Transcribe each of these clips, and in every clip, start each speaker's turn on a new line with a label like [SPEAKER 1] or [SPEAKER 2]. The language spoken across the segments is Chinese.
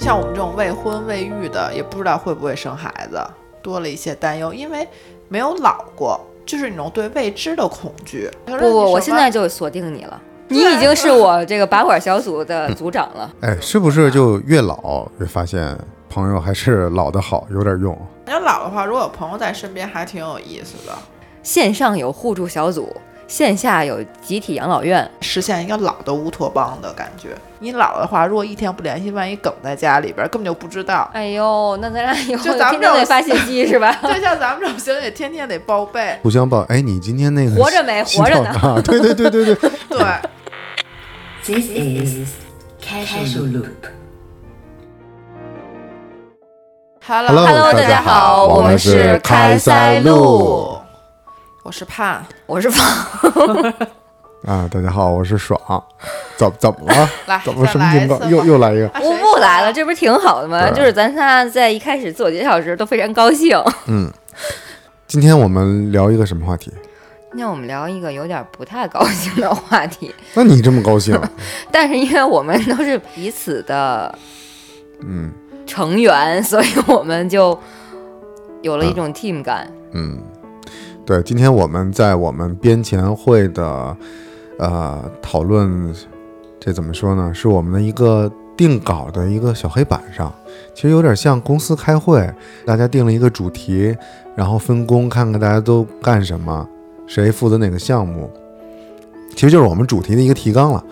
[SPEAKER 1] 像我们这种未婚未育的，也不知道会不会生孩子，多了一些担忧，因为没有老过，就是那种对未知的恐惧。不
[SPEAKER 2] 不，我现在就锁定你了，你已经是我这个拔管小组的组长 了。
[SPEAKER 3] 哎，是不是就越老越发现朋友还是老的好，有点用？
[SPEAKER 1] 你要老的话，如果有朋友在身边，还挺有意思的，
[SPEAKER 2] 线上有互助小组，线下有集体养老院，
[SPEAKER 1] 实现一个老的乌托邦的感觉。你老的话，如果一天不联系，万一梗在家里边，根本就不知道。
[SPEAKER 2] 哎呦，那咱俩以后
[SPEAKER 1] 就咱们
[SPEAKER 2] 天天
[SPEAKER 1] 这
[SPEAKER 2] 得
[SPEAKER 1] 种
[SPEAKER 2] 发信息是吧？
[SPEAKER 1] 对，像咱们这种行为，天天得报备。
[SPEAKER 3] 互相报，哎，你今天那个
[SPEAKER 2] 活着没
[SPEAKER 3] 心
[SPEAKER 2] 活着
[SPEAKER 3] 跳
[SPEAKER 2] 呢
[SPEAKER 3] 大？对对对对对，
[SPEAKER 1] 对，
[SPEAKER 4] This is Casual Loop。
[SPEAKER 1] Hello
[SPEAKER 3] Hello，
[SPEAKER 2] Hello，
[SPEAKER 3] 大
[SPEAKER 2] 大
[SPEAKER 3] 家
[SPEAKER 2] 家
[SPEAKER 3] 好
[SPEAKER 2] 好，
[SPEAKER 3] 我
[SPEAKER 2] 我
[SPEAKER 3] 们
[SPEAKER 2] 们
[SPEAKER 3] 是
[SPEAKER 2] 是
[SPEAKER 3] 开
[SPEAKER 2] 开
[SPEAKER 3] 塞
[SPEAKER 2] 塞
[SPEAKER 3] 露
[SPEAKER 2] 露，
[SPEAKER 1] 我是盼，
[SPEAKER 2] 我是方，
[SPEAKER 3] 啊，大家好，我是爽， 怎么怎么了？
[SPEAKER 1] 来
[SPEAKER 3] 怎么
[SPEAKER 1] 再
[SPEAKER 3] 什么
[SPEAKER 1] 来
[SPEAKER 3] 情
[SPEAKER 1] 一
[SPEAKER 3] 况
[SPEAKER 1] 次？吧
[SPEAKER 3] 又又来一个，
[SPEAKER 1] 啊
[SPEAKER 2] 我
[SPEAKER 1] 谁
[SPEAKER 2] 不
[SPEAKER 1] 说
[SPEAKER 2] 来了，这不是挺好的吗？
[SPEAKER 3] 对
[SPEAKER 2] 就是咱仨在一开始自我介绍时都非常高兴。
[SPEAKER 3] 嗯，今天我们聊一个什么话题？
[SPEAKER 2] 那我们聊一个有点不太高兴的话题，
[SPEAKER 3] 那你这么高兴，
[SPEAKER 2] 但是因为我们都是彼此的
[SPEAKER 3] 嗯
[SPEAKER 2] 成员，所以我们就有了一种 team 感。
[SPEAKER 3] 嗯，对，今天我们在我们编前会的呃讨论，这怎么说呢？是我们的一个定稿的一个小黑板上，其实有点像公司开会，大家定了一个主题，然后分工，看看大家都干什么，谁负责哪个项目，其实就是我们主题的一个提纲了。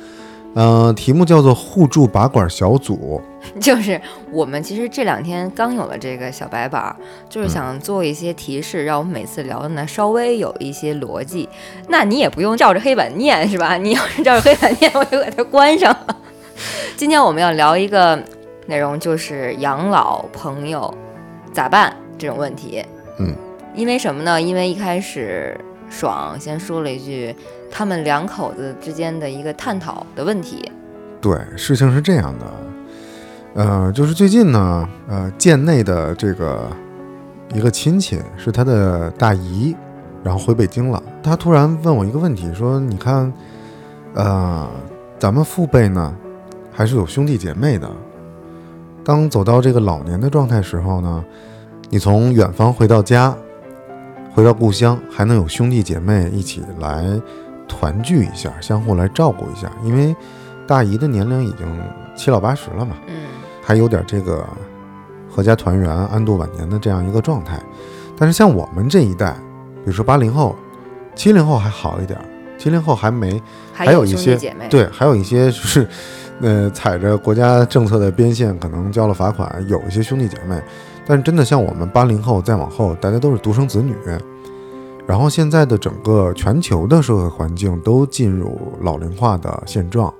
[SPEAKER 3] 呃，题目叫做“互助拔管小组
[SPEAKER 2] 就是我们其实这两天刚有了这个小白板儿，就是
[SPEAKER 3] 嗯
[SPEAKER 2] 想做一些提示，让我们每次聊的呢稍微有一些逻辑。那你也不用照着黑板念是吧？你要是照着黑板念，我就给它关上了。 今天我们要聊一个内容，就是养老朋友咋办这种问题。
[SPEAKER 3] 嗯，
[SPEAKER 2] 因为什么呢？因为一开始爽先说了一句他们两口子之间的一个探讨的问题。”。
[SPEAKER 3] 对，事情是这样的，呃，就是最近呢，呃，县内的这个一个亲戚是他的大姨，然后回北京了。他突然问我一个问题，说：“你看，呃，咱们父辈呢，还是有兄弟姐妹的。当走到这个老年的状态时候呢，你从远方回到家，回到故乡，还能有兄弟姐妹一起来团聚一下，相互来照顾一下。因为大姨的年龄已经七老八十了嘛，
[SPEAKER 2] 嗯。
[SPEAKER 3] 还有点这个阖家团圆、安度晚年的这样一个状态。但是像我们这一代，比如说八零后、七零后还好一点儿，七零后还没还有一
[SPEAKER 2] 兄
[SPEAKER 3] 些
[SPEAKER 2] 弟姐妹，
[SPEAKER 3] 对，还有一些是，呃，踩着国家政策的边线，可能交了罚款，有一些兄弟姐妹，但是真的像我们八零后再往后，大家都是独生子女，然后现在的整个全球的社会环境都进入老龄化的现状，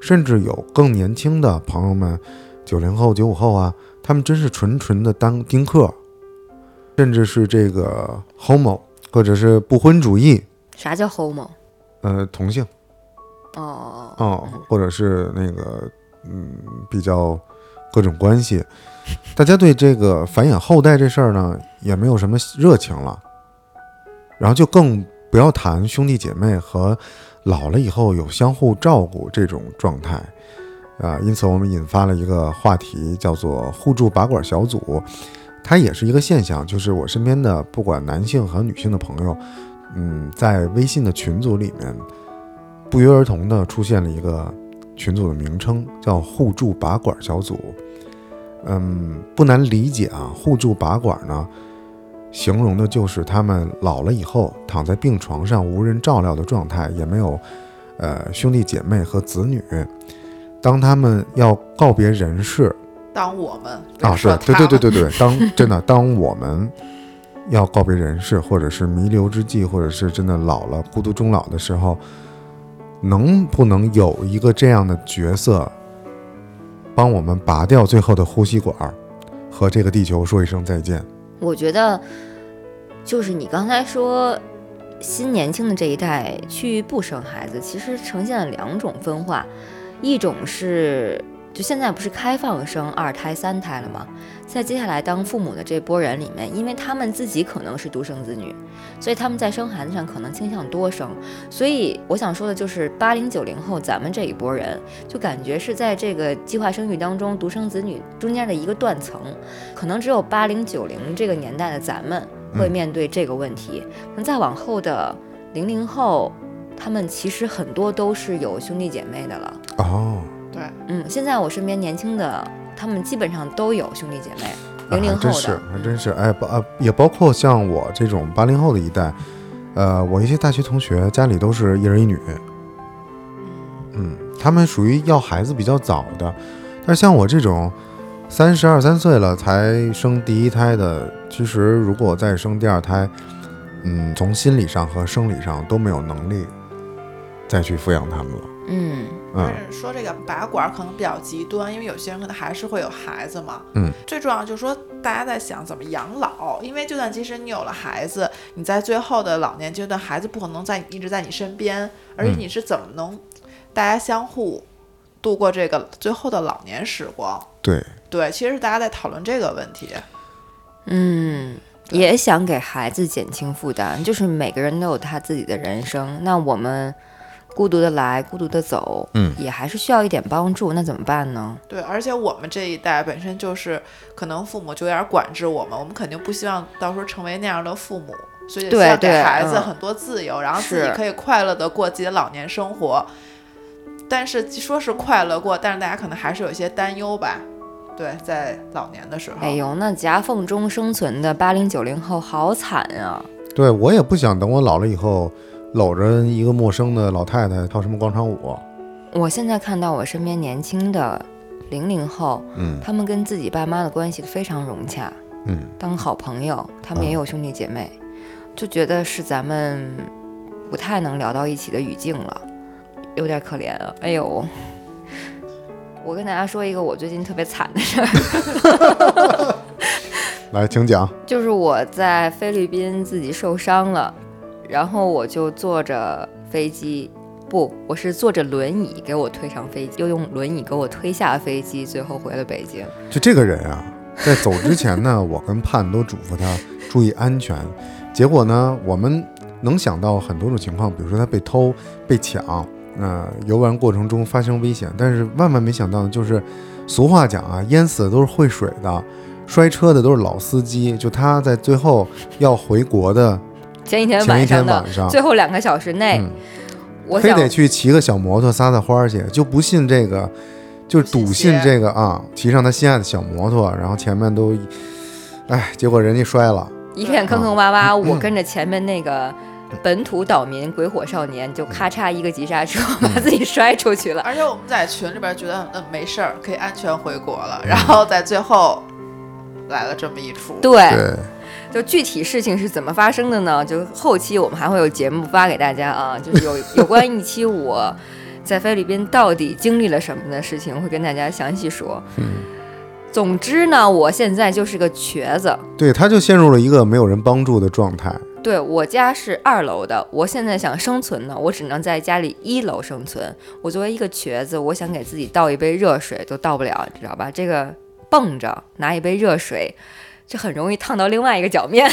[SPEAKER 3] 甚至有更年轻的朋友们，九零后、九五后啊，他们真是纯纯的当丁克，甚至是这个 homo 或者是不婚主义，
[SPEAKER 2] 啥叫 homo？
[SPEAKER 3] 呃，同性。
[SPEAKER 2] 哦，
[SPEAKER 3] 哦，或者是那个嗯，比较各种关系，大家对这个繁衍后代这事儿呢，也没有什么热情了，然后就更不要谈兄弟姐妹和老了以后有相互照顾这种状态。啊，因此我们引发了一个话题，叫做“互助拔管小组”，它也是一个现象，就是我身边的不管男性和女性的朋友，嗯，在微信的群组里面，不约而同的出现了一个群组的名称，叫“互助拔管小组”。嗯，不难理解啊，互助拔管呢，形容的就是他们老了以后躺在病床上无人照料的状态，也没有呃兄弟姐妹和子女。当他们要告别人世
[SPEAKER 1] 当我们
[SPEAKER 3] 啊，是对对对
[SPEAKER 1] 对，
[SPEAKER 3] 对对，当真的当我们要告别人世，或者是弥留之际，或者是真的老了孤独终老的时候，能不能有一个这样的角色，帮我们拔掉最后的呼吸管儿，和这个地球说一声再见？
[SPEAKER 2] 我觉得就是你刚才说新年轻的这一代去不生孩子，其实呈现了两种分化，一种是就现在不是开放生二胎、三胎了吗？在接下来当父母的这波人里面，因为他们自己可能是独生子女，所以他们在生孩子上可能倾向多生。所以我想说的就是，八零九零后咱们这一波人，就感觉是在这个计划生育当中独生子女中间的一个断层，可能只有八零九零这个年代的咱们会
[SPEAKER 3] 嗯
[SPEAKER 2] 面对这个问题。那再往后的零零后，他们其实很多都是有兄弟姐妹的了。
[SPEAKER 3] 哦，
[SPEAKER 1] 对，
[SPEAKER 2] 嗯，现在我身边年轻的，他们基本上都有兄弟姐妹，
[SPEAKER 3] 啊
[SPEAKER 2] 零零
[SPEAKER 3] 还真
[SPEAKER 2] 后
[SPEAKER 3] 是
[SPEAKER 2] 的，，嗯
[SPEAKER 3] 还真是，哎，包啊，也包括像我这种八零后的一代，呃，我一些大学同学家里都是一人一女，嗯，他们属于要孩子比较早的，但是像我这种三十二三岁了才生第一胎的，其实如果再生第二胎，嗯，从心理上和生理上都没有能力再去抚养他们了，
[SPEAKER 2] 嗯，
[SPEAKER 3] 嗯
[SPEAKER 1] 但是说这个拔管儿可能比较极端，因为有些人可能还是会有孩子嘛。
[SPEAKER 3] 嗯，
[SPEAKER 1] 最重要就是说大家在想怎么养老，因为就算即使你有了孩子，你在最后的老年阶段，孩子不可能在一直在你身边，而且
[SPEAKER 3] 嗯
[SPEAKER 1] 你是怎么能大家相互度过这个最后的老年时光？
[SPEAKER 3] 对，
[SPEAKER 1] 对，其实是大家在讨论这个问题。
[SPEAKER 2] 嗯，也想给孩子减轻负担，就是每个人都有他自己的人生，那我们孤独的来，孤独的走，
[SPEAKER 3] 嗯
[SPEAKER 2] 也还是需要一点帮助，那怎么办呢？
[SPEAKER 1] 对，而且我们这一代本身就是，可能父母就有点管制我们，我们肯定不希望到时候成为那样的父母，所以得
[SPEAKER 2] 对
[SPEAKER 1] 希望给
[SPEAKER 2] 对
[SPEAKER 1] 孩子
[SPEAKER 2] 嗯
[SPEAKER 1] 很多自由，然后自己
[SPEAKER 2] 是
[SPEAKER 1] 可以快乐的过自己的老年生活。但是说是快乐过，但是大家可能还是有一些担忧吧。对，在老年的时候，
[SPEAKER 2] 哎呦，那夹缝中生存的八零九零后好惨啊！
[SPEAKER 3] 对我也不想等我老了以后搂着一个陌生的老太太跳什么广场舞，
[SPEAKER 2] 我现在看到我身边年轻的零零后，
[SPEAKER 3] 嗯
[SPEAKER 2] 他们跟自己爸妈的关系非常融洽，
[SPEAKER 3] 嗯。
[SPEAKER 2] 当好朋友，他们也有兄弟姐妹，就觉得是咱们不太能聊到一起的语境了，有点可怜啊。哎呦， 我跟大家说一个我最近特别惨的事儿，
[SPEAKER 3] 来，请讲。
[SPEAKER 2] 就是我在菲律宾自己受伤了，然后我就坐着飞机。不，我是坐着轮椅给我推上飞机，又用轮椅给我推下飞机，最后回了北京。
[SPEAKER 3] 就这个人啊，在走之前呢， 我跟盼都嘱咐他注意安全。结果呢，我们能想到很多种情况，比如说他被偷、被抢，呃，游玩过程中发生危险。但是万万没想到的就是，俗话讲啊，淹死的都是会水的，摔车的都是老司机。就他在最后要回国的
[SPEAKER 2] 前一天
[SPEAKER 3] 前一
[SPEAKER 2] 晚上
[SPEAKER 3] 天
[SPEAKER 2] 的
[SPEAKER 3] 晚上，
[SPEAKER 2] 最后两个小时内，
[SPEAKER 3] 嗯
[SPEAKER 2] 我
[SPEAKER 3] 非
[SPEAKER 2] 想
[SPEAKER 3] 得去骑个小摩托撒撒欢儿去，就不信这个，就
[SPEAKER 1] 不
[SPEAKER 3] 笃
[SPEAKER 1] 信
[SPEAKER 3] 信
[SPEAKER 1] 邪
[SPEAKER 3] 这个啊，骑上他心爱的小摩托，然后前面都，哎，结果人家摔了，
[SPEAKER 2] 一片坑坑洼
[SPEAKER 3] 啊
[SPEAKER 2] 洼，
[SPEAKER 3] 嗯
[SPEAKER 2] 我跟着前面那个本土岛民鬼火少年，就咔嚓一个急刹车，
[SPEAKER 3] 嗯
[SPEAKER 2] 把自己摔出去了。
[SPEAKER 1] 而且我们在群里边觉得嗯没事儿，可以安全回国了，然后在最后来了这么一出。
[SPEAKER 2] 对，
[SPEAKER 3] 对，
[SPEAKER 2] 就具体事情是怎么发生的呢？就后期我们还会有节目发给大家啊，就是有有关一期我在菲律宾到底经历了什么的事情，会跟大家详细说。总之呢，我现在就是个瘸子，
[SPEAKER 3] 对，他就陷入了一个没有人帮助的状态，
[SPEAKER 2] 对我家是二楼的，我现在想生存呢，我只能在家里一楼生存。我作为一个瘸子，我想给自己倒一杯热水都倒不了，你知道吧？这个蹦着拿一杯热水，这很容易烫到另外一个脚面。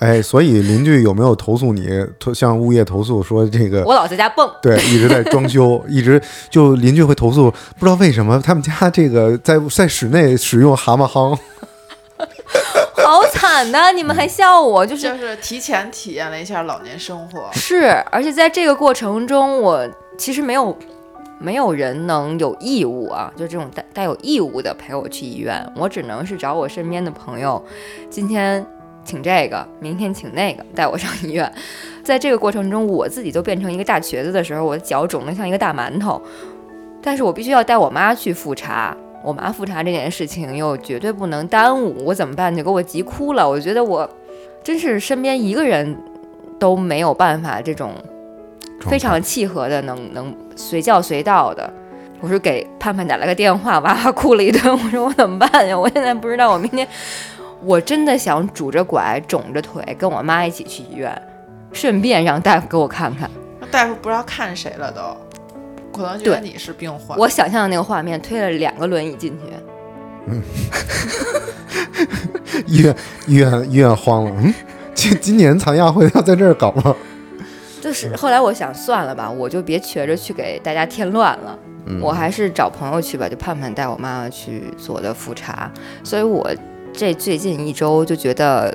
[SPEAKER 3] 哎，所以邻居有没有投诉你，投向物业投诉说这个？
[SPEAKER 2] 我老在家蹦，
[SPEAKER 3] 对，一直在装修，一直就邻居会投诉，不知道为什么他们家这个在在室内使用蛤蟆夯，
[SPEAKER 2] 好惨呐、你们还笑我，就是
[SPEAKER 1] 就是提前体验了一下老年生活，
[SPEAKER 2] 是，而且在这个过程中，我其实没有没有人能有义务啊，就这种带带有义务的陪我去医院，我只能是找我身边的朋友，今天请这个，明天请那个带我上医院。在这个过程中，我自己都变成一个大瘸子的时候，我的脚肿得像一个大馒头，但是我必须要带我妈去复查。我妈复查这件事情又绝对不能耽误，我怎么办？就给我急哭了。我觉得我真是身边一个人都没有办法这种非常契合的，能能随叫随到的。我是给盼盼打了个电话，哇哇哭了一顿。我说我怎么办呀？我现在不知道，我明天我真的想拄着拐、肿着腿跟我妈一起去医院，顺便让大夫给我看看。
[SPEAKER 1] 大夫不知道看谁了都。可能觉得
[SPEAKER 2] 对
[SPEAKER 1] 你是病患。
[SPEAKER 2] 我想象的那个画面，推了两个轮椅进去，
[SPEAKER 3] 医院医院医院慌了，嗯，今今年残亚会要在这儿搞吗？
[SPEAKER 2] 就是后来我想算了吧，我就别瘸着去给大家添乱了，我还是找朋友去吧，就盼盼带我妈妈去做的复查，所以我这最近一周就觉得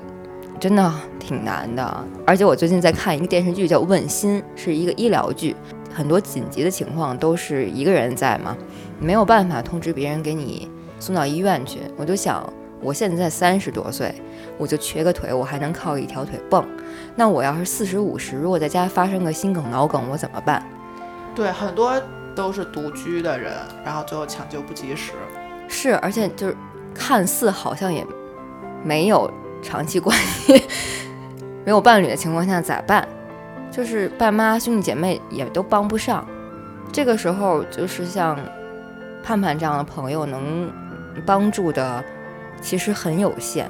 [SPEAKER 2] 真的挺难的，而且我最近在看一个电视剧叫《问心》，是一个医疗剧，很多紧急的情况都是一个人在嘛，没有办法通知别人给你送到医院去，我就想。我现在三十多岁，我就瘸个腿，我还能靠一条腿蹦。那我要是四十五十，如果在家发生个心梗、脑梗，我怎么办？
[SPEAKER 1] 对很多都是独居的人，然后最后抢救不及时。
[SPEAKER 2] 是，而且就是看似好像也没有长期关系， 没有伴侣的情况下咋办？就是爸妈、兄弟姐妹也都帮不上。这个时候，就是像盼盼这样的朋友能帮助的，其实很有限。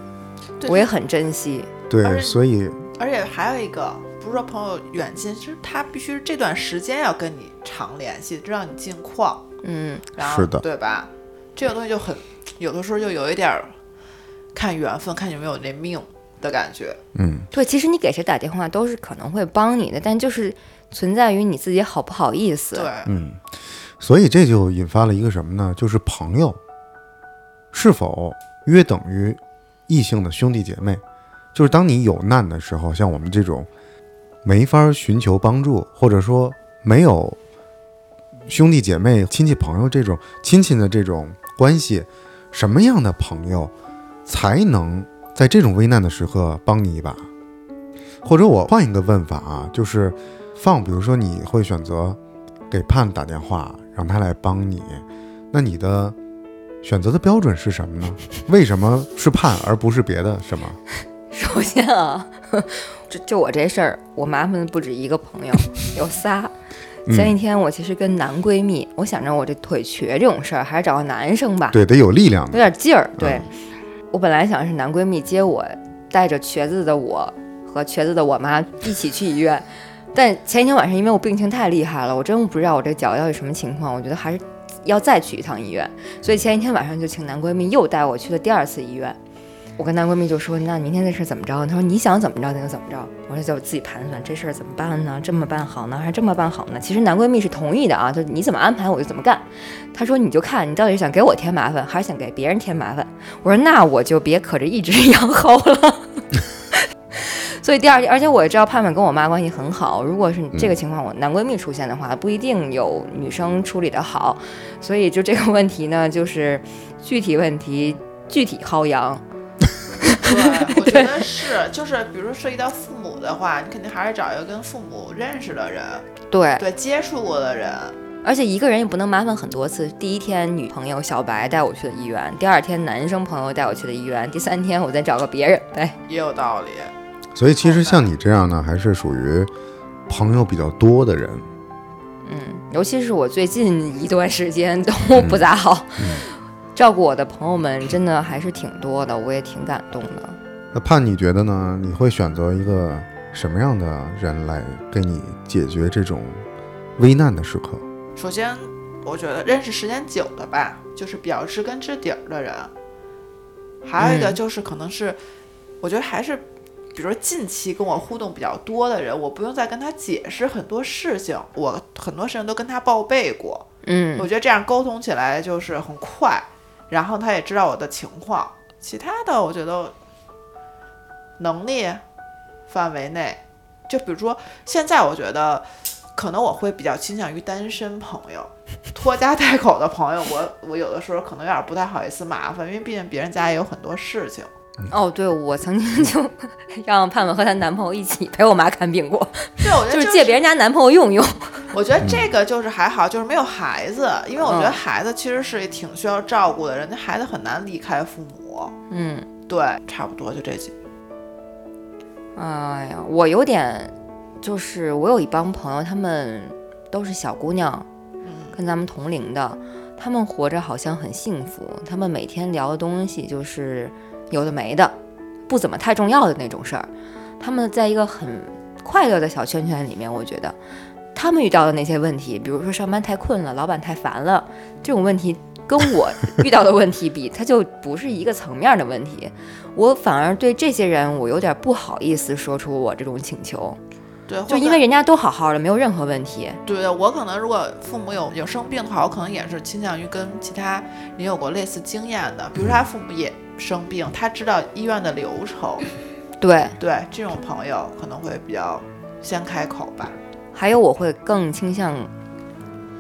[SPEAKER 1] 对
[SPEAKER 2] 我也很珍惜。
[SPEAKER 3] 对，
[SPEAKER 1] 而
[SPEAKER 3] 所以
[SPEAKER 1] 而且还有一个，不是说朋友远近，是他必须这段时间要跟你常联系，知道你近况，
[SPEAKER 2] 嗯，
[SPEAKER 1] 然后
[SPEAKER 3] 是的
[SPEAKER 1] 对吧？这个东西就很，有的时候就有一点儿看缘分，看有没有这命的感觉。
[SPEAKER 3] 嗯，
[SPEAKER 2] 对，其实你给谁打电话都是可能会帮你的，但就是存在于你自己好不好意思。
[SPEAKER 1] 对，
[SPEAKER 3] 嗯所以这就引发了一个什么呢？就是朋友是否约等于异性的兄弟姐妹？就是当你有难的时候，像我们这种没法寻求帮助，或者说没有兄弟姐妹、亲戚朋友这种亲戚的这种关系，什么样的朋友才能在这种危难的时刻帮你一把？或者我换一个问法啊，就是放，比如说你会选择给盼打电话，让他来帮你，那你的选择的标准是什么呢？为什么是盼而不是别的什么？
[SPEAKER 2] 首先啊，就就我这事儿，我麻烦的不止一个朋友， 有仨。前几天我其实跟男闺蜜，我想着我这腿瘸这种事儿，还是找个男生吧，
[SPEAKER 3] 对，得有力量
[SPEAKER 2] 有
[SPEAKER 3] 的。
[SPEAKER 2] 点劲儿。对、我本来想是男闺蜜接我，带着瘸子的我和瘸子的我妈一起去医院。但前一天晚上，因为我病情太厉害了，我真不知道我这脚到底什么情况，我觉得还是要再去一趟医院。所以前一天晚上就请男闺蜜又带我去了第二次医院。我跟男闺蜜就说：“那明天这事儿怎么着？”他说：“你想怎么着那就怎么着。”我说：“就自己盘算这事儿怎么办呢？这么办好呢，还是这么办好呢？”其实男闺蜜是同意的啊，就是你怎么安排我就怎么干。他说：“你就看你到底是想给我添麻烦，还是想给别人添麻烦？”我说：“那我就别可着一只羊薅了。” 所以第二天，而且我也知道盼盼跟我妈关系很好，如果是这个情况，我男闺蜜出现的话，不一定有女生处理的好。所以就这个问题呢，就是具体问题具体薅羊。
[SPEAKER 1] 对，我 觉得是，就是比如说涉及到父母的话，你肯定还是找一个跟父母认识的人，
[SPEAKER 2] 对，
[SPEAKER 1] 对，接触过的人，
[SPEAKER 2] 而且一个人也不能麻烦很多次。第一天女朋友小白带我去的医院，第二天男生朋友带我去的医院，第三天我再找个别人哎呗。
[SPEAKER 1] 也有道理。
[SPEAKER 3] 所以其实像你这样呢，还是属于朋友比较多的人。
[SPEAKER 2] 尤其是我最近一段时间都 不咋好，照顾我的朋友们真的还是挺多的，我也挺感动的。
[SPEAKER 3] 那盼，你觉得呢？你会选择一个什么样的人来给你解决这种危难的时刻？
[SPEAKER 1] 首先，我觉得认识时间久了吧，就是比较知根知底儿的人。还有一个
[SPEAKER 2] 嗯
[SPEAKER 1] 就是，可能是、我觉得还是，比如说近期跟我互动比较多的人，我不用再跟他解释很多事情，我很多事情都跟他报备过。
[SPEAKER 2] 嗯
[SPEAKER 1] 我觉得这样沟通起来就是很快，然后他也知道我的情况。其他的，我觉得能力范围内，就比如说现在，我觉得可能我会比较倾向于单身朋友，拖家带口的朋友，我我有的时候可能有点不太好意思麻烦，因为毕竟别人家也有很多事情。
[SPEAKER 2] 哦，对，我曾经就 让盼盼和她男朋友一起陪我妈看病过，
[SPEAKER 1] 对，我觉得
[SPEAKER 2] 哎就是是借别人家男朋友用用。
[SPEAKER 1] 我觉得这个就是还好，就是没有孩子，因为我觉得
[SPEAKER 2] 嗯
[SPEAKER 1] 孩子其实是挺需要照顾的人，那孩子很难离开父母。
[SPEAKER 2] 嗯。
[SPEAKER 1] 对，差不多就这几
[SPEAKER 2] 哎呀，我有点，就是我有一帮朋友，他们都是小姑娘，跟咱们同龄的，他们活着好像很幸福，他们每天聊的东西就是有的没的，不怎么太重要的那种事儿。他们在一个很快乐的小圈圈里面，我觉得他们遇到的那些问题，比如说上班太困了，老板太烦了，这种问题跟我遇到的问题比，它就不是一个层面的问题。我反而对这些人，我有点不好意思说出我这种请求，
[SPEAKER 1] 哦对，或
[SPEAKER 2] 就
[SPEAKER 1] 者
[SPEAKER 2] 因为人家都好好的，没有任何问题。
[SPEAKER 1] 对我可能如果父母有有生病的话，我可能也是倾向于跟其他人有过类似经验的，比如说他父母也生病，他知道医院的流程，
[SPEAKER 2] 对，
[SPEAKER 1] 对这种朋友可能会比较先开口吧。
[SPEAKER 2] 还有我会更倾向，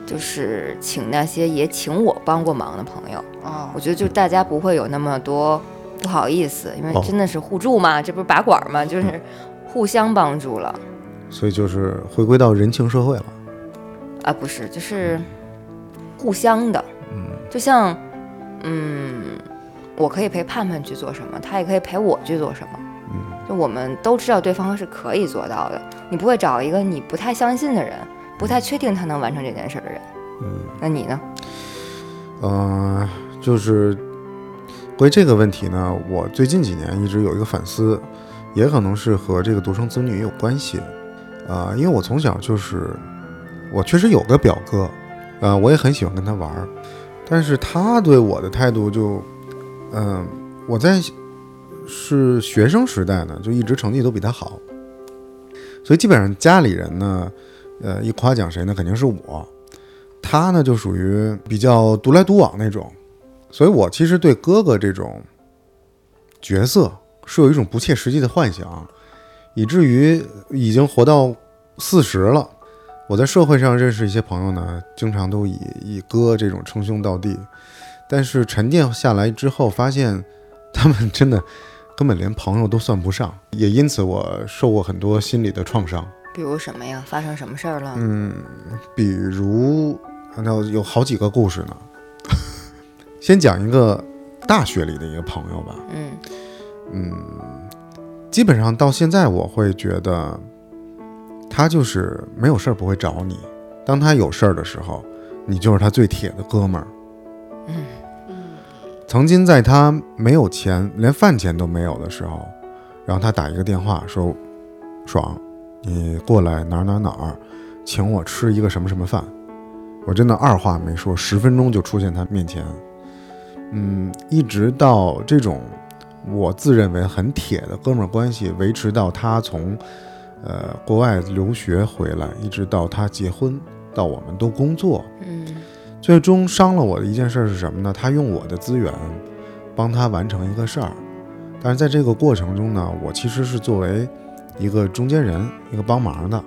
[SPEAKER 2] 就是请那些也请我帮过忙的朋友。
[SPEAKER 1] 哦
[SPEAKER 2] 我，觉得就大家不会有那么多不好意思，因为
[SPEAKER 3] 哦
[SPEAKER 2] 真的是互助嘛，这不是拔管儿嘛，就是互相帮助了
[SPEAKER 3] 所以就是回归到人情社会了。
[SPEAKER 2] 啊，不是，就是互相的，就像嗯，我可以陪盼盼去做什么，他也可以陪我去做什么。
[SPEAKER 3] 嗯
[SPEAKER 2] 就我们都知道对方是可以做到的，你不会找一个你不太相信的人，不太确定他能完成这件事儿的人。嗯，那你呢？
[SPEAKER 3] 嗯，就是关于这个问题呢，我最近几年一直有一个反思，也可能是和这个独生子女有关系。啊、因为我从小就是，我确实有个表哥，呃，我也很喜欢跟他玩儿，但是他对我的态度就，嗯、我在是学生时代呢，就一直成绩都比他好，所以基本上家里人呢，呃，一夸奖谁呢，肯定是我，他呢就属于比较独来独往那种，所以我其实对哥哥这种角色是有一种不切实际的幻想，以至于已经活到四十了，我在社会上认识一些朋友呢，经常都以以哥这种称兄道弟，但是沉淀下来之后，发现他们真的根本连朋友都算不上，也因此我受过很多心理的创伤。
[SPEAKER 2] 比如什么呀？发生什么事儿了？
[SPEAKER 3] 嗯比如，那有好几个故事呢。先讲一个大学里的一个朋友吧，
[SPEAKER 2] 嗯
[SPEAKER 3] 基本上到现在我会觉得，他就是没有事儿不会找你，当他有事儿的时候，你就是他最铁的哥们儿。嗯，曾经在他没有钱，连饭钱都没有的时候，然后他打一个电话说：“爽，你过来哪儿哪儿哪儿，请我吃一个什么什么饭。”我真的二话没说，十分钟就出现他面前。嗯，一直到这种我自认为很铁的哥们儿关系维持到他从呃国外留学回来，一直到他结婚，到我们都工作，
[SPEAKER 2] 嗯，
[SPEAKER 3] 最终伤了我的一件事儿是什么呢？他用我的资源帮他完成一个事儿，但是在这个过程中呢，我其实是作为一个中间人，一个帮忙的，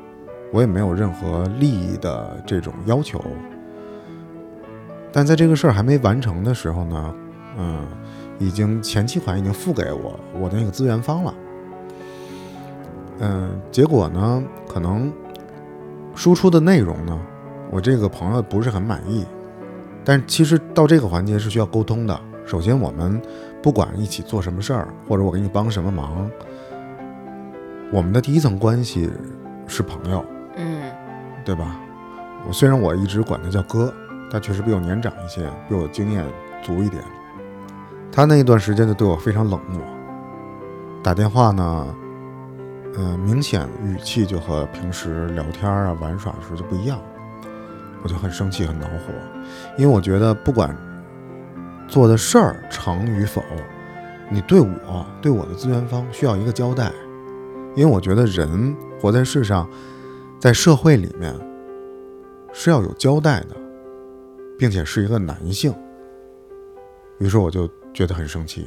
[SPEAKER 3] 我也没有任何利益的这种要求。但在这个事儿还没完成的时候呢，嗯，已经前期款已经付给我我的那个资源方了，嗯，结果呢，可能输出的内容呢，我这个朋友不是很满意，但其实到这个环节是需要沟通的。首先，我们不管一起做什么事儿，或者我给你帮什么忙，我们的第一层关系是朋友，
[SPEAKER 2] 嗯，
[SPEAKER 3] 对吧？我虽然我一直管他叫哥，他确实比我年长一些，比我经验足一点。他那一段时间就对我非常冷漠，打电话呢，呃，明显语气就和平时聊天啊、玩耍的时候就不一样，我就很生气、很恼火，因为我觉得不管做的事儿成与否，你对我、对我的资源方需要一个交代，因为我觉得人活在世上，在社会里面是要有交代的，并且是一个男性。于是我就觉得很生气。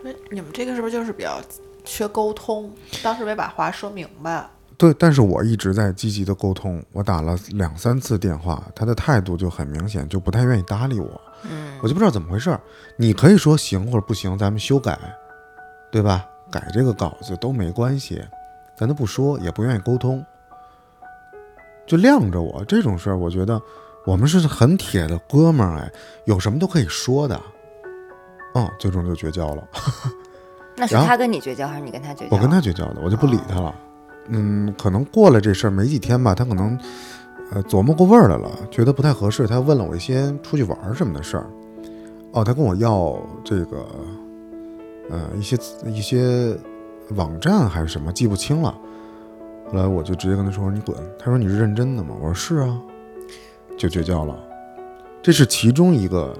[SPEAKER 1] 那你们这个是不是就是比较缺沟通？当时没把话说明白。
[SPEAKER 3] 对，但是我一直在积极的沟通，我打了两三次电话，他的态度就很明显，就不太愿意搭理我。嗯，我就不知道怎么回事儿。你可以说行或者不行，咱们修改，对吧？改这个稿子都没关系，咱都不说，也不愿意沟通，就晾着我这种事儿，我觉得我们是很铁的哥们儿，哎，有什么都可以说的。嗯，最终就绝交了。
[SPEAKER 2] 那是
[SPEAKER 3] 然后
[SPEAKER 2] 他跟你绝交还是你跟他绝交？
[SPEAKER 3] 我跟他绝交的，我就不理他了。嗯，可能过了这事儿没几天吧，他可能呃琢磨过味儿来了，觉得不太合适，他问了我一些出去玩儿什么的事儿。哦，他跟我要这个呃一些一些网站还是什么，记不清了。后来我就直接跟他说：“你滚！”他说：“你是认真的吗？”我说：“是啊。”就绝交了。这是其中一个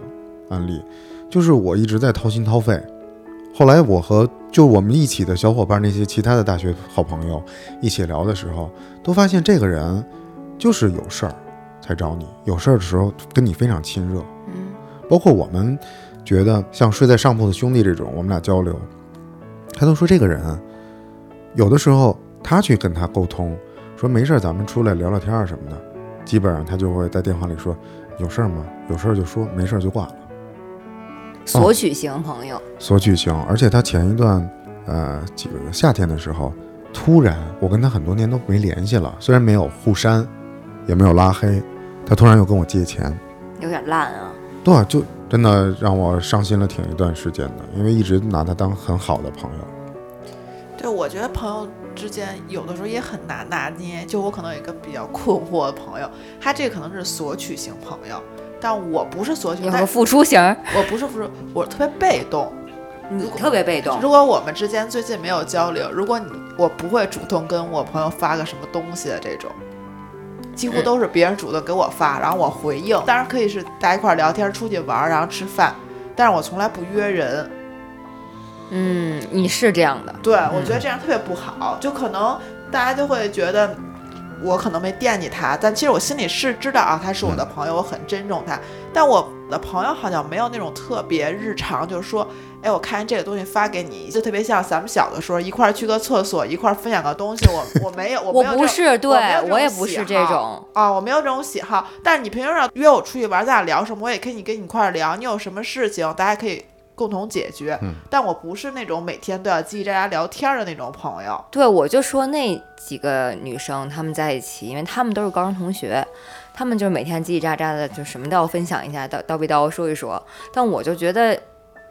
[SPEAKER 3] 案例，就是我一直在掏心掏肺。后来我和就我们一起的小伙伴，那些其他的大学好朋友一起聊的时候，都发现这个人就是有事儿才找你，有事儿的时候跟你非常亲热。
[SPEAKER 2] 嗯，
[SPEAKER 3] 包括我们觉得像睡在上铺的兄弟这种，我们俩交流，他都说这个人啊有的时候他去跟他沟通，说没事儿咱们出来聊聊天啊什么的，基本上他就会在电话里说有事儿吗？有事儿就说，没事儿就挂了。哦
[SPEAKER 2] 索取型朋友，
[SPEAKER 3] 索取型，而且他前一段，呃，几个夏天的时候，突然我跟他很多年都没联系了，虽然没有互删，也没有拉黑，他突然又跟我借钱，
[SPEAKER 2] 有点烂啊。
[SPEAKER 3] 对啊，就真的让我伤心了挺一段时间的，因为一直拿他当很好的朋友。
[SPEAKER 1] 对，我觉得朋友之间有的时候也很难拿捏。就我可能有一个比较困惑的朋友，他这个可能是索取型朋友，但我不是索取，
[SPEAKER 2] 有
[SPEAKER 1] 但
[SPEAKER 2] 个付出型儿，
[SPEAKER 1] 我不是不是，我特别被动。
[SPEAKER 2] 你特别被动
[SPEAKER 1] 如。果我们之间最近没有交流，如果你我不会主动跟我朋友发个什么东西的这种，几乎
[SPEAKER 2] 嗯
[SPEAKER 1] 都是别人主动给我发，然后我回应。当然可以是大家一块儿聊天、出去玩儿，然后吃饭，但是我从来不约人。
[SPEAKER 2] 嗯，你是这样的。
[SPEAKER 1] 对，我觉得这样特别不好，就可能大家就会觉得我可能没惦记他，但其实我心里是知道啊，他是我的朋友，我很珍重他。但我的朋友好像没有那种特别日常，就是说，哎，我看见这个东西发给你，就特别像咱们小的时候一块儿去个厕所，一块儿分享个东西。我我没有，我
[SPEAKER 2] 我
[SPEAKER 1] 没有
[SPEAKER 2] 不
[SPEAKER 1] 这种
[SPEAKER 2] 是，对
[SPEAKER 1] 我没有这种
[SPEAKER 2] 我也不是这
[SPEAKER 1] 喜
[SPEAKER 2] 种。
[SPEAKER 1] 啊，我没有这种喜好。但是你平时要约我出去玩，咱俩聊什么，我也可以跟你一块儿聊。你有什么事情，大家可以共同解决。
[SPEAKER 3] 嗯
[SPEAKER 1] 但我不是那种每天都要叽叽喳喳聊天儿的那种朋友。
[SPEAKER 2] 对，我就说那几个女生她们在一起，因为她们都是高中同学，她们就是每天叽叽喳喳的，就什么都要分享一下，叨叨逼叨说一说。但我就觉得，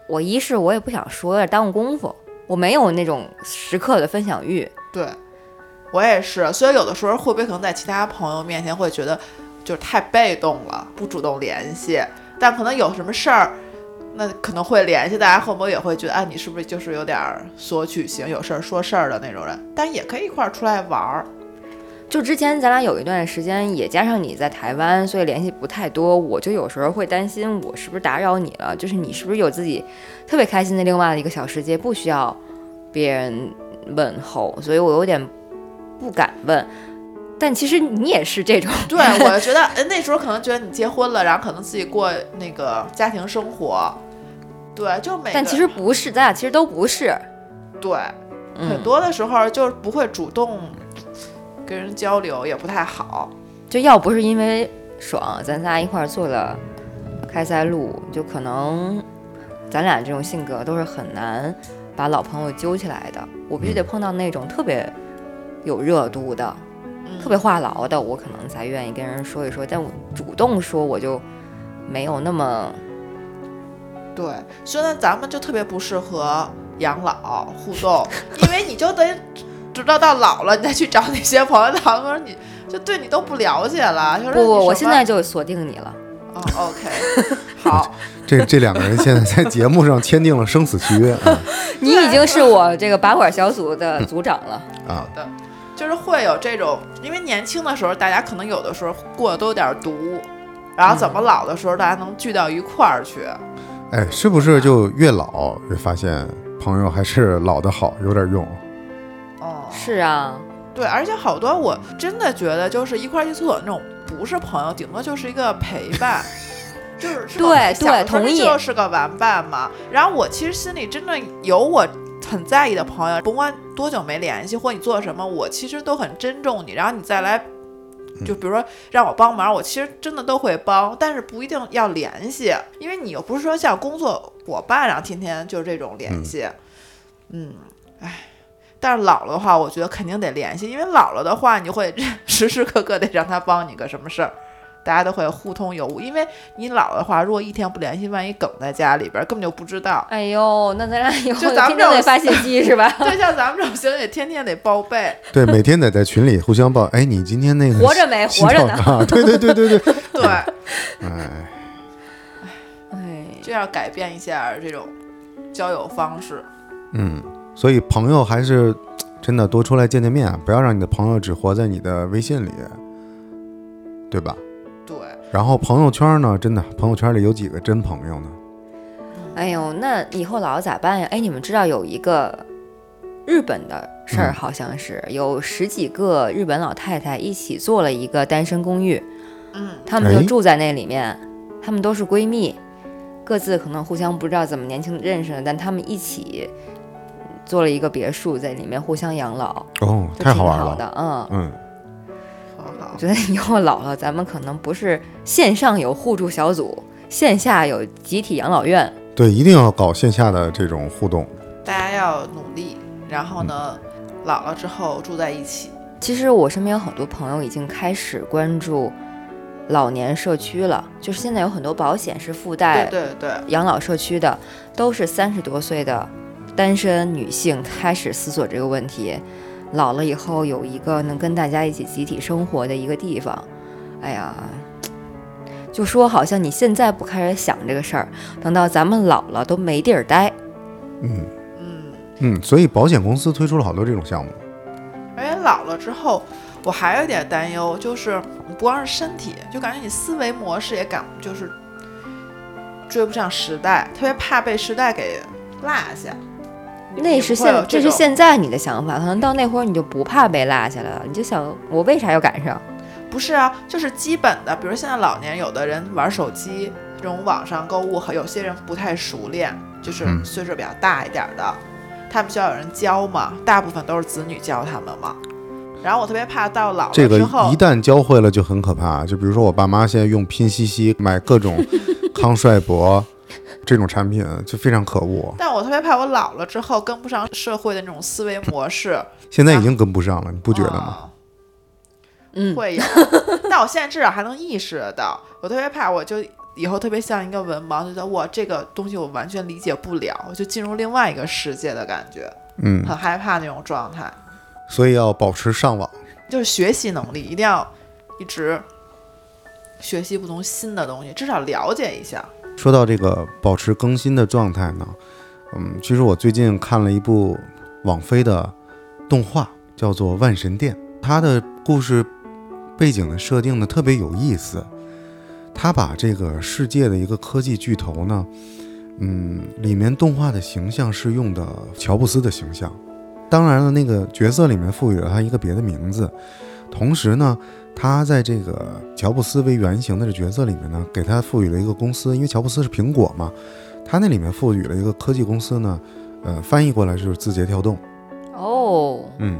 [SPEAKER 2] 我一是我也不想说，有点耽误功夫，我没有那种时刻的分享欲。
[SPEAKER 1] 对，我也是。所以有的时候会不会可能在其他朋友面前会觉得就是太被动了，不主动联系。但可能有什么事儿，那可能会联系，大家会不会也会觉得，哎，你是不是就是有点儿索取型，有事儿说事儿的那种人？但也可以一块儿出来玩 儿。
[SPEAKER 2] 就之前咱俩有一段时间，也加上你在台湾，所以联系不太多，我就有时候会担心我是不是打扰你了，就是你是不是有自己特别开心的另外的一个小世界，不需要别人问候，所以我有点不敢问。但其实你也是这种，
[SPEAKER 1] 对，我觉得哎那时候可能觉得你结婚了，然后可能自己过那个家庭生活，对，就每
[SPEAKER 2] 但
[SPEAKER 1] 个
[SPEAKER 2] 其实不是，咱俩其实都不是。
[SPEAKER 1] 对、很
[SPEAKER 2] 嗯，
[SPEAKER 1] 多的时候就是不会主动跟人交流，也不太好。
[SPEAKER 2] 就要不是因为爽，啊咱仨一块儿做了开塞露，就可能咱俩这种性格都是很难把老朋友揪起来的。我必须得碰到那种特别有热度的、
[SPEAKER 1] 嗯
[SPEAKER 2] 特别话痨的，我可能才愿意跟人说一说。但我主动说，我就没有那么
[SPEAKER 1] 对，所以呢，咱们就特别不适合养老互动， 因为你就得直到到老了，你再去找那些朋友，他们说你就对你都不了解了。就
[SPEAKER 2] 不
[SPEAKER 1] 是你
[SPEAKER 2] 不，我
[SPEAKER 1] 什
[SPEAKER 2] 现
[SPEAKER 1] 么
[SPEAKER 2] 在就锁定你了。
[SPEAKER 1] 哦，OK，好，
[SPEAKER 3] 这这两个人现在在节目上签订了生死契约啊
[SPEAKER 2] 你已经是我这个拔管小组的组长 了。
[SPEAKER 3] 啊！
[SPEAKER 1] 就是会有这种，因为年轻的时候，大家可能有的时候过得都有点毒，然
[SPEAKER 2] 嗯
[SPEAKER 1] 后怎么老的时候，大家能聚到一块儿去。
[SPEAKER 3] 哎，是不是就越老越发现朋友还是老的好，有点用？
[SPEAKER 1] 哦，
[SPEAKER 2] 是啊，
[SPEAKER 1] 对，而且好多我真的觉得，就是一块儿去厕所那种，不是朋友，顶多就是一个陪 伴。就是是吧小
[SPEAKER 2] 对
[SPEAKER 1] 的时候
[SPEAKER 2] 对同意
[SPEAKER 1] 就是个玩伴嘛。然后我其实心里真的有我很在意的朋友，甭管多久没联系或你做什么，我其实都很珍重你。然后你再来，就比如说让我帮忙，我其实真的都会帮，但是不一定要联系，因为你又不是说像工作伙伴，然后天天就是这种联系。嗯，哎、但是老了的话，我觉得肯定得联系，因为老了的话，你就会时时刻刻得让他帮你个什么事儿。大家都会互通有无，因为你老的话，如果一天不联系，万一梗在家里边，根本就不知 道。
[SPEAKER 2] 哎呦，那咱俩以后
[SPEAKER 1] 就咱们这
[SPEAKER 2] 天天
[SPEAKER 1] 种
[SPEAKER 2] 得发信息 是吧？
[SPEAKER 1] 就像咱们这种行为，天天得报备。
[SPEAKER 3] 对，每天得在群里互相报，哎，你今天那个
[SPEAKER 2] 活着没？
[SPEAKER 3] 心
[SPEAKER 2] 活着
[SPEAKER 3] 跳
[SPEAKER 2] 呢？
[SPEAKER 3] 啊！对对对对对，
[SPEAKER 1] 对，
[SPEAKER 3] 哎，
[SPEAKER 2] 哎，
[SPEAKER 1] 就要改变一下这种交友方式。
[SPEAKER 3] 嗯，所以朋友还是真的多出来见见面，不要让你的朋友只活在你的微信里，对吧？
[SPEAKER 1] 对，
[SPEAKER 3] 然后朋友圈呢，真的朋友圈里有几个真朋友呢？
[SPEAKER 2] 哎呦，那以后老了咋办呀？哎，你们知道有一个日本的事儿，
[SPEAKER 3] 嗯
[SPEAKER 2] 好像是、有十几个日本老太太一起做了一个单身公寓，
[SPEAKER 1] 嗯，
[SPEAKER 2] 她们就
[SPEAKER 3] 哎
[SPEAKER 2] 住在那里面，她们都是闺蜜，各自可能互相不知道怎么年轻认识的，但她们一起做了一个别墅，在里面互相养老，
[SPEAKER 3] 哦，
[SPEAKER 2] 就
[SPEAKER 3] 太
[SPEAKER 2] 挺好
[SPEAKER 3] 玩了，
[SPEAKER 2] 的，嗯。
[SPEAKER 3] 嗯，
[SPEAKER 1] 很好
[SPEAKER 2] 我。觉得以后老了，咱们可能不是线上有互助小组，线下有集体养老院，
[SPEAKER 3] 对，一定要搞线下的这种互动，
[SPEAKER 1] 大家要努力，然后呢，老了之后住在一起，
[SPEAKER 2] 其实我身边有很多朋友已经开始关注老年社区了，就是现在有很多保险是附带
[SPEAKER 1] 对对对，
[SPEAKER 2] 养老社区的，都是三十多岁的单身女性开始思索这个问题，老了以后有一个能跟大家一起集体生活的一个地方，哎呀。就说好像你现在不开始想这个事儿，等到咱们老了都没地儿待。
[SPEAKER 3] 嗯
[SPEAKER 1] 嗯，
[SPEAKER 3] 嗯，所以保险公司推出了好多这种项目，
[SPEAKER 1] 而且老了之后，我还有一点担忧，就是你不光是身体，就感觉你思维模式也赶，就是追不上时代，特别怕被时代给落下。你
[SPEAKER 2] 那
[SPEAKER 1] 你
[SPEAKER 2] 是
[SPEAKER 1] 会有
[SPEAKER 2] 现，这是
[SPEAKER 1] 种
[SPEAKER 2] 现在你的想法，可能到那会儿你就不怕被落下来了，你就想我为啥要赶上？
[SPEAKER 1] 不是啊，就是基本的，比如现在老年有的人玩手机，这种网上购物，有些人不太熟练，就是
[SPEAKER 3] 嗯
[SPEAKER 1] 岁数比较大一点的，他们需要有人教嘛，大部分都是子女教他们嘛。然后我特别怕到老了
[SPEAKER 3] 这个
[SPEAKER 1] 之后，
[SPEAKER 3] 一旦教会了就很可怕。就比如说我爸妈现在用拼夕夕买各种康帅博这种产品，就非常可恶。
[SPEAKER 1] 但我特别怕我老了之后跟不上社会的那种思维模式，
[SPEAKER 3] 现在已经跟不上了，你不觉得吗？
[SPEAKER 1] 嗯
[SPEAKER 2] 嗯，
[SPEAKER 1] 哦会 有，但我现在至少还能意识得到。我特别怕，我就以后特别像一个文盲，就觉得哇，这个东西我完全理解不了，我就进入另外一个世界的感觉，
[SPEAKER 3] 嗯，
[SPEAKER 1] 很害怕那种状态。
[SPEAKER 3] 所以要保持上网。
[SPEAKER 1] 就是学习能力一定要一直学习不同新的东西，至少了解一下。
[SPEAKER 3] 说到这个保持更新的状态呢，嗯，其实我最近看了一部网飞的动画，叫做《万神殿》，它的故事背景的设定呢特别有意思，它把这个世界的一个科技巨头呢，嗯，里面动画的形象是用的乔布斯的形象，当然了，那个角色里面赋予了他一个别的名字，同时呢，他在这个乔布斯为原型的这角色里面呢，给他赋予了一个公司，因为乔布斯是苹果嘛，他那里面赋予了一个科技公司呢，呃，翻译过来就是字节跳动，
[SPEAKER 2] 哦，
[SPEAKER 3] 嗯，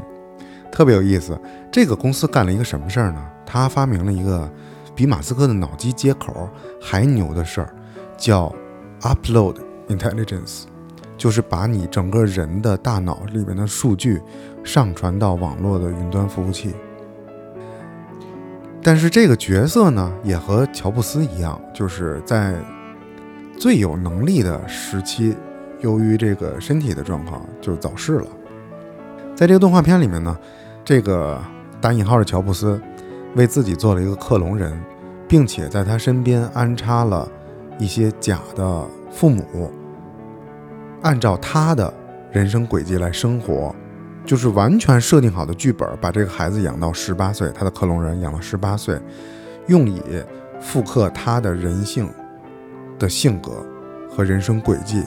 [SPEAKER 3] 特别有意思。这个公司干了一个什么事儿呢？他发明了一个比马斯克的脑机接口还牛的事儿，叫 Upload Intelligence，就是把你整个人的大脑里面的数据上传到网络的云端服务器。但是这个角色呢，也和乔布斯一样，就是在最有能力的时期，由于这个身体的状况就早逝了。在这个动画片里面呢，这个打引号的乔布斯为自己做了一个克隆人，并且在他身边安插了一些假的父母，按照他的人生轨迹来生活，就是完全设定好的剧本，把这个孩子养到十八岁，他的克隆人养到十八岁，用以复刻他的人性的性格和人生轨迹，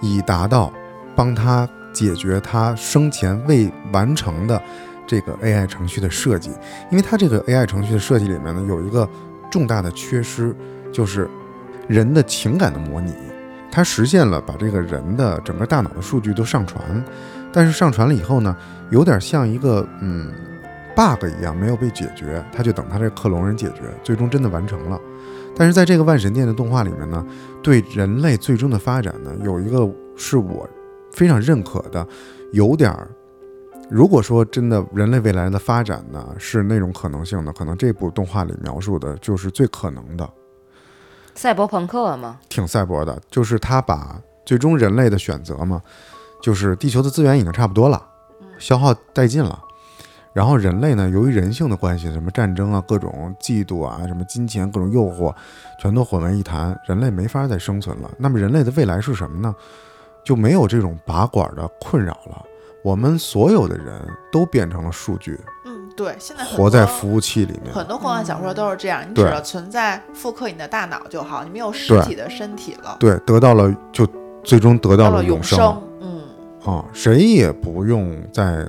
[SPEAKER 3] 以达到帮他解决他生前未完成的这个 AI 程序的设计，因为它这个 AI 程序的设计里面呢，有一个重大的缺失，就是人的情感的模拟。它实现了把这个人的整个大脑的数据都上传，但是上传了以后呢，有点像一个嗯 bug 一样没有被解决，它就等它这个克隆人解决，最终真的完成了。但是在这个万神殿的动画里面呢，对人类最终的发展呢，有一个是我非常认可的，有点儿。如果说真的人类未来的发展呢是那种可能性的，可能这部动画里描述的就是最可能的，
[SPEAKER 2] 赛博朋克嘛，
[SPEAKER 3] 挺赛博的，就是他把最终人类的选择嘛，就是地球的资源已经差不多了，
[SPEAKER 1] 嗯
[SPEAKER 3] 消耗殆尽了。然后人类呢，由于人性的关系，什么战争啊、各种嫉妒啊、什么金钱、各种诱惑，全都混为一谈，人类没法再生存了。那么人类的未来是什么呢？就没有这种拔管的困扰了，我们所有的人都变成了数据，
[SPEAKER 1] 嗯，对，现在很
[SPEAKER 3] 活在
[SPEAKER 1] 多
[SPEAKER 3] 服务器里面。
[SPEAKER 1] 很多科幻小说都是这样，你只
[SPEAKER 3] 对
[SPEAKER 1] 要存在复刻你的大脑就好，你没有实
[SPEAKER 3] 对
[SPEAKER 1] 体的身体了，
[SPEAKER 3] 对，得到了就最终得
[SPEAKER 1] 到
[SPEAKER 3] 到了
[SPEAKER 1] 永
[SPEAKER 3] 生啊、
[SPEAKER 1] 生。嗯，
[SPEAKER 3] 谁也不用再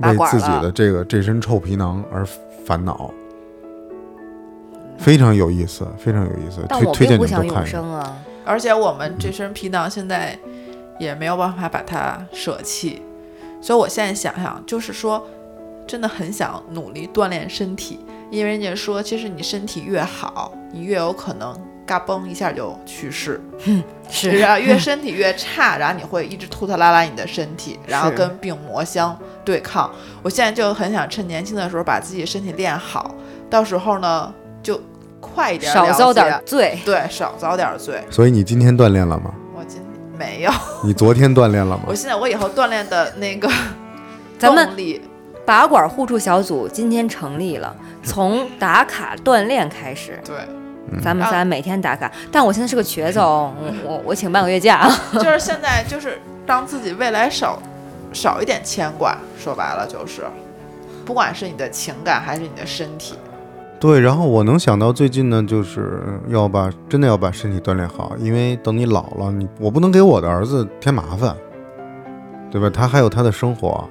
[SPEAKER 2] 拔
[SPEAKER 3] 为
[SPEAKER 2] 管
[SPEAKER 3] 自己
[SPEAKER 2] 了
[SPEAKER 3] 的这个这身臭皮囊而烦恼，非常有意思，非常有意思，
[SPEAKER 2] 但
[SPEAKER 3] 推
[SPEAKER 2] 我
[SPEAKER 3] 推荐
[SPEAKER 2] 并
[SPEAKER 3] 你
[SPEAKER 2] 不
[SPEAKER 3] 们
[SPEAKER 2] 想
[SPEAKER 3] 都看
[SPEAKER 2] 永
[SPEAKER 3] 一下。
[SPEAKER 2] 生啊。
[SPEAKER 1] 而且我们这身皮囊现在也没有办法把它舍弃，所以我现在想想，就是说，真的很想努力锻炼身体，因为人家说，其实你身体越好，你越有可能嘎嘣一下就去世。
[SPEAKER 2] 是啊
[SPEAKER 1] 然后越身体越差，然后你会一直吐吐拉拉你的身体，然后
[SPEAKER 2] 是
[SPEAKER 1] 跟病魔相对抗。我现在就很想趁年轻的时候把自己身体练好，到时候呢就快一点
[SPEAKER 2] 少
[SPEAKER 1] 了
[SPEAKER 2] 遭
[SPEAKER 1] 解
[SPEAKER 2] 点儿罪。
[SPEAKER 1] 对，少遭点罪。
[SPEAKER 3] 所以你今天锻炼了吗？
[SPEAKER 1] 我今没有，
[SPEAKER 3] 你昨天锻炼了吗
[SPEAKER 1] 我？现在我以后锻炼的那个
[SPEAKER 2] 咱们
[SPEAKER 1] 动力，
[SPEAKER 2] 拔管互助小组今天成立了，从打卡锻炼开始，
[SPEAKER 1] 对，
[SPEAKER 3] 嗯
[SPEAKER 2] 咱们仨每天打卡。但我现在是个瘸子哦，我我我请半个月假啊。
[SPEAKER 1] 就是现在就是让自己未来少少一点牵挂，说白了就是，不管是你的情感还是你的身体，
[SPEAKER 3] 对，然后我能想到最近呢，就是要把真的要把身体锻炼好，因为等你老了，你我不能给我的儿子添麻烦，对吧？他还有他的生活，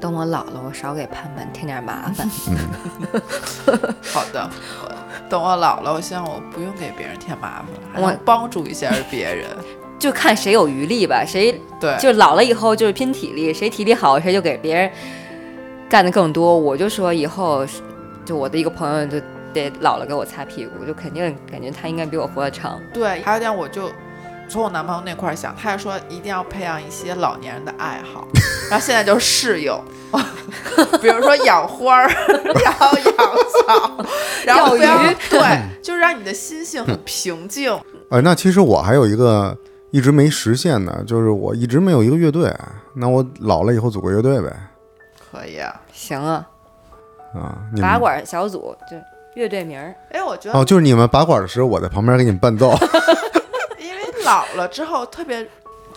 [SPEAKER 2] 等我老了，我少给盼盼添点麻烦。
[SPEAKER 1] 好的，我等我老了，我希望我不用给别人添麻烦了，还
[SPEAKER 2] 我
[SPEAKER 1] 能帮助一下别人。
[SPEAKER 2] 就看谁有余力吧，谁
[SPEAKER 1] 对，
[SPEAKER 2] 就老了以后就是拼体力，谁体力好谁就给别人干的更多。我就说以后是，就我的一个朋友就得老了给我擦屁股，就肯定感觉他应该比我活得长。
[SPEAKER 1] 对，还有一点我就。从我男朋友那块儿想，他还说一定要培养一些老年人的爱好，然后现在就是室友， 比如说养花儿， 然后养草，然后不
[SPEAKER 2] 钓
[SPEAKER 1] 要
[SPEAKER 2] 鱼
[SPEAKER 1] 对，就是让你的心性很平静。
[SPEAKER 3] 呃，那其实我还有一个一直没实现的，就是我一直没有一个乐队，啊那我老了以后组个乐队呗，
[SPEAKER 1] 可以啊，
[SPEAKER 2] 行啊，
[SPEAKER 3] 啊，你
[SPEAKER 2] 拔
[SPEAKER 3] 们
[SPEAKER 2] 管小组就乐队名儿，
[SPEAKER 1] 哎，我觉得
[SPEAKER 3] 哦，就是你们拔管的时候，我在旁边给你们伴奏，
[SPEAKER 1] 因为老了之后特别，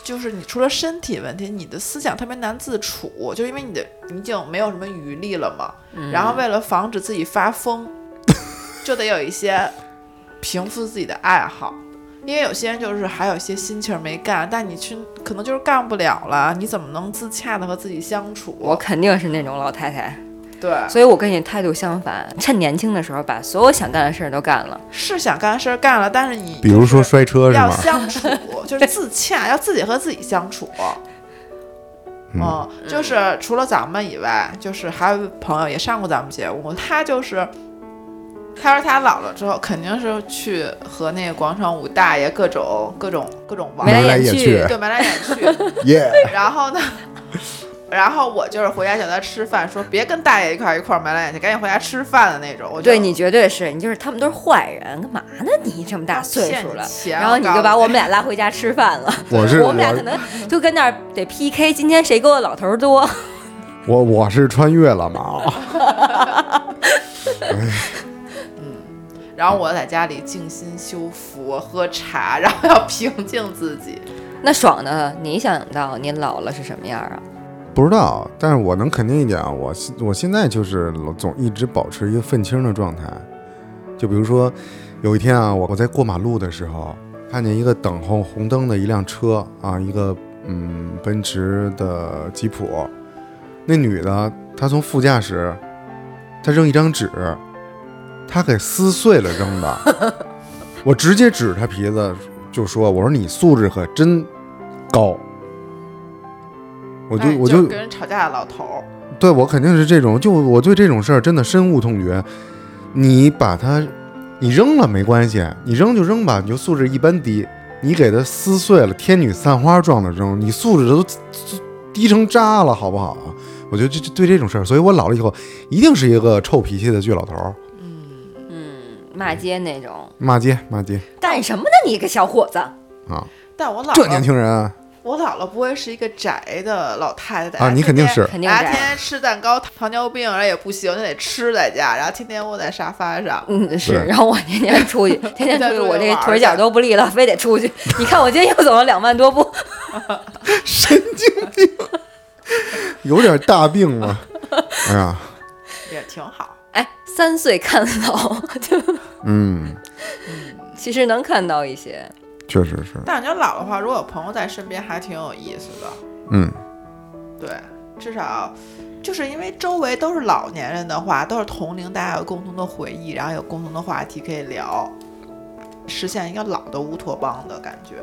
[SPEAKER 1] 就是你除了身体问题，你的思想特别难自处，就因为你的你已经没有什么余力了嘛。然后为了防止自己发疯，就得有一些平复自己的爱好。因为有些人就是还有一些心情没干，但你去可能就是干不了了，你怎么能自洽的和自己相处？
[SPEAKER 2] 我肯定是那种老太太，
[SPEAKER 1] 对，
[SPEAKER 2] 所以我跟你态度相反，趁年轻的时候把所有想干的事儿都干了。
[SPEAKER 1] 是想干的事儿干了，但是你
[SPEAKER 3] 比如说
[SPEAKER 1] 就是
[SPEAKER 3] 摔车是
[SPEAKER 1] 要
[SPEAKER 3] 吗？
[SPEAKER 1] 相处，就是自 洽，要自己和自己相处。嗯，就是除了咱们以外，就是还有朋友也上过咱们节目，他就是，他说他老了之后肯定是去和那个广场舞大爷各种各种各种玩
[SPEAKER 2] 眉来
[SPEAKER 1] 儿，
[SPEAKER 3] 眉来
[SPEAKER 2] 眼
[SPEAKER 3] 眼
[SPEAKER 2] 去
[SPEAKER 3] 去，
[SPEAKER 1] 对，眉来眼去，
[SPEAKER 3] 耶，
[SPEAKER 1] 然后呢，然后我就是回家叫他吃饭，说别跟大爷一块儿一块儿眉来眼去，赶紧回家吃饭的那种。我就
[SPEAKER 2] 对你绝对是你就是他们都是坏人，干嘛呢？你这么大岁数
[SPEAKER 1] 骗，
[SPEAKER 2] 了
[SPEAKER 1] 啊钱
[SPEAKER 2] 然后你
[SPEAKER 1] 我告
[SPEAKER 2] 就
[SPEAKER 1] 诉
[SPEAKER 2] 把我
[SPEAKER 1] 你
[SPEAKER 2] 们俩拉回家吃饭了。
[SPEAKER 3] 我是
[SPEAKER 2] 我们俩可能就跟那儿得 PK，今天谁给我老头儿多？
[SPEAKER 3] 我我是穿越了嘛，
[SPEAKER 1] 然后我在家里静心修佛、喝茶， 然后要平静自己。
[SPEAKER 2] 那爽的，你想到你老了是什么样啊？
[SPEAKER 3] 不知道，但是我能肯定一点啊，我现我现在就是老总一直保持一个愤青的状态。就比如说，有一天啊，我我在过马路的时候，看见一个等候红灯的一辆车啊，一个嗯奔驰的吉普，那女的她从副驾驶，她扔一张纸，她给撕碎了扔的， 我直接指着她鼻子就说：“我说你素质可真高。”我就
[SPEAKER 1] 哎
[SPEAKER 3] 我
[SPEAKER 1] 就
[SPEAKER 3] 就
[SPEAKER 1] 跟人吵架的老头儿，
[SPEAKER 3] 对我肯定是这种，就我对这种事儿真的深恶痛绝。你把它，你扔了没关系，你扔就扔吧，你就素质一般低。你给它撕碎了，天女散花状的扔，你素质都低成渣了，好不好啊？我觉得这这对这种事儿，所以我老了以后一定是一个臭脾气的倔老头儿，
[SPEAKER 2] 嗯，骂街那种。
[SPEAKER 3] 骂街骂街
[SPEAKER 2] 干什么呢你个小伙子？
[SPEAKER 3] 啊！
[SPEAKER 1] 但我老
[SPEAKER 3] 这年
[SPEAKER 1] 了，
[SPEAKER 3] 轻人啊，
[SPEAKER 1] 我老了不会是一个宅的老太太
[SPEAKER 3] 啊你肯定是
[SPEAKER 2] 肯定
[SPEAKER 1] 啊，
[SPEAKER 2] 宅
[SPEAKER 1] 天天吃蛋糕，糖尿病，然后也不行，就得吃在家，然后天天窝在沙发上。
[SPEAKER 2] 嗯，是。
[SPEAKER 3] 对
[SPEAKER 2] 然后我天天 出去，天天出
[SPEAKER 1] 天
[SPEAKER 2] 去，
[SPEAKER 1] 天
[SPEAKER 2] 我
[SPEAKER 1] 出去
[SPEAKER 2] 这
[SPEAKER 1] 玩儿
[SPEAKER 2] 腿脚都不利了，非得出 去。你看我今天又走了两万多步，
[SPEAKER 3] 神经病！ 有点大病了。哎呀，
[SPEAKER 1] 也挺好。
[SPEAKER 2] 哎，三岁看老，
[SPEAKER 3] 嗯，
[SPEAKER 2] 其实能看到一些。
[SPEAKER 3] 确实是，
[SPEAKER 1] 但我觉得老的话，如果有朋友在身边，还挺有意思的。
[SPEAKER 3] 嗯，
[SPEAKER 1] 对，至少就是因为周围都是老年人的话，都是同龄，大家有共同的回忆，然后有共同的话题可以聊，实现一个老的乌托邦的感觉。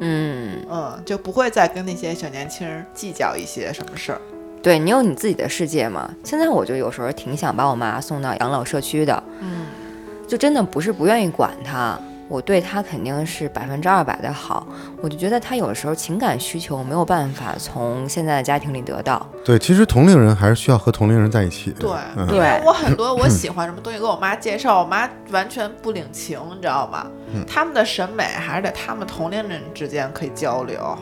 [SPEAKER 2] 嗯，
[SPEAKER 1] 嗯，就不会再跟那些小年轻人计较一些什么事儿。
[SPEAKER 2] 对你有你自己的世界嘛。现在我就有时候挺想把我妈送到养老社区的，
[SPEAKER 1] 嗯，
[SPEAKER 2] 就真的不是不愿意管她，我对她肯定是百分之二百的好。我就觉得她有时候情感需求没有办法从现在的家庭里得到。
[SPEAKER 3] 对，其实同龄人还是需要和同龄人在一起。
[SPEAKER 1] 对，
[SPEAKER 3] 嗯
[SPEAKER 1] 因为我很多我喜欢什么东西，跟我妈介绍，我妈完全不领情，你知道吗？他们的审美还是在他们同龄人之间可以交流。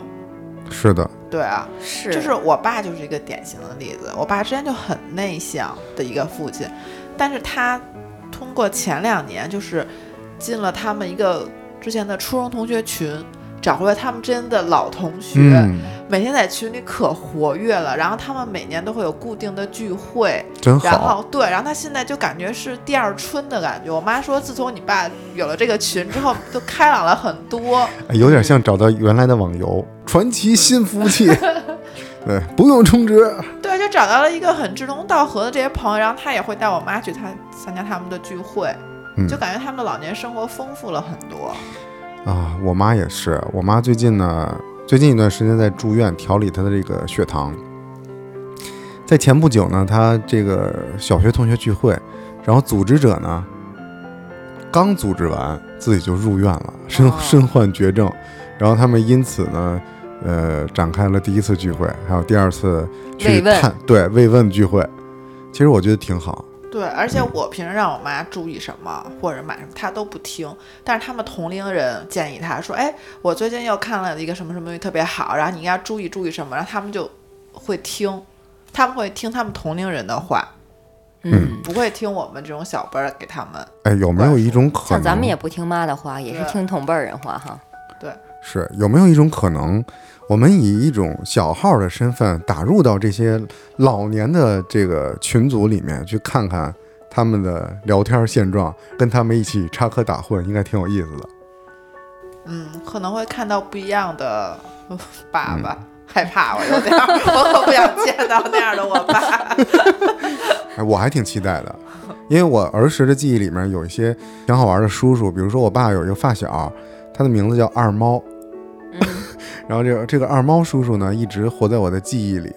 [SPEAKER 3] 是的，
[SPEAKER 1] 对啊，
[SPEAKER 2] 是
[SPEAKER 1] 就是我爸就是一个典型的例子。我爸之前就很内向的一个父亲，但是他通过前两年就是进了他们一个之前的初中同学群，找回了他们之间的老同学，
[SPEAKER 3] 嗯，
[SPEAKER 1] 每天在群里可活跃了。然后他们每年都会有固定的聚会，
[SPEAKER 3] 真
[SPEAKER 1] 然
[SPEAKER 3] 好。
[SPEAKER 1] 后对，然后他现在就感觉是第二春的感觉。我妈说，自从你爸有了这个群之后，就开朗了很多。
[SPEAKER 3] 哎有点像找到原来的网游《传奇新服 务器》，对，不用充值。
[SPEAKER 1] 对，就找到了一个很志同道合的这些朋友，然后他也会带我妈去他参加他们的聚会，
[SPEAKER 3] 嗯
[SPEAKER 1] 就感觉他们的老年生活丰富了很多。
[SPEAKER 3] 啊，我妈也是，我妈最近呢，最近一段时间在住院调理她的这个血糖。在前不久呢，她这个小学同学聚会，然后组织者呢刚组织完，自己就入院了，身
[SPEAKER 1] 哦
[SPEAKER 3] 身患绝症，然后他们因此呢，呃，展开了第一次聚会，还有第二次去
[SPEAKER 2] 慰问
[SPEAKER 3] 探对慰问聚会。其实我觉得挺好，
[SPEAKER 1] 对，而且我平时让我妈注意什么或者买什么，她都不听。但是他们同龄人建议她说：“哎，我最近又看了一个什么什么东西特别好，然后你应该注意注意什么。”然后他们就会听，他们会听他们同龄人的话，
[SPEAKER 2] 嗯，
[SPEAKER 1] 不会听我们这种小辈儿给他们。
[SPEAKER 3] 哎，有没有一种可能？
[SPEAKER 2] 像咱们也不听妈的话，也是
[SPEAKER 1] 对
[SPEAKER 2] 听同辈儿人话哈。
[SPEAKER 3] 是有没有一种可能，我们以一种小号的身份打入到这些老年的这个群组里面，去看看他们的聊天现状，跟他们一起插科打诨，应该挺有意思的。
[SPEAKER 1] 嗯，可能会看到不一样的呃爸爸，害怕我有点儿，我可不想见到那样的我爸。
[SPEAKER 3] 哎，我还挺期待的，因为我儿时的记忆里面有一些挺好玩的叔叔，比如说我爸有一个发小，他的名字叫二猫，
[SPEAKER 2] 嗯
[SPEAKER 3] 然后这个这个二猫叔叔呢，一直活在我的记忆里，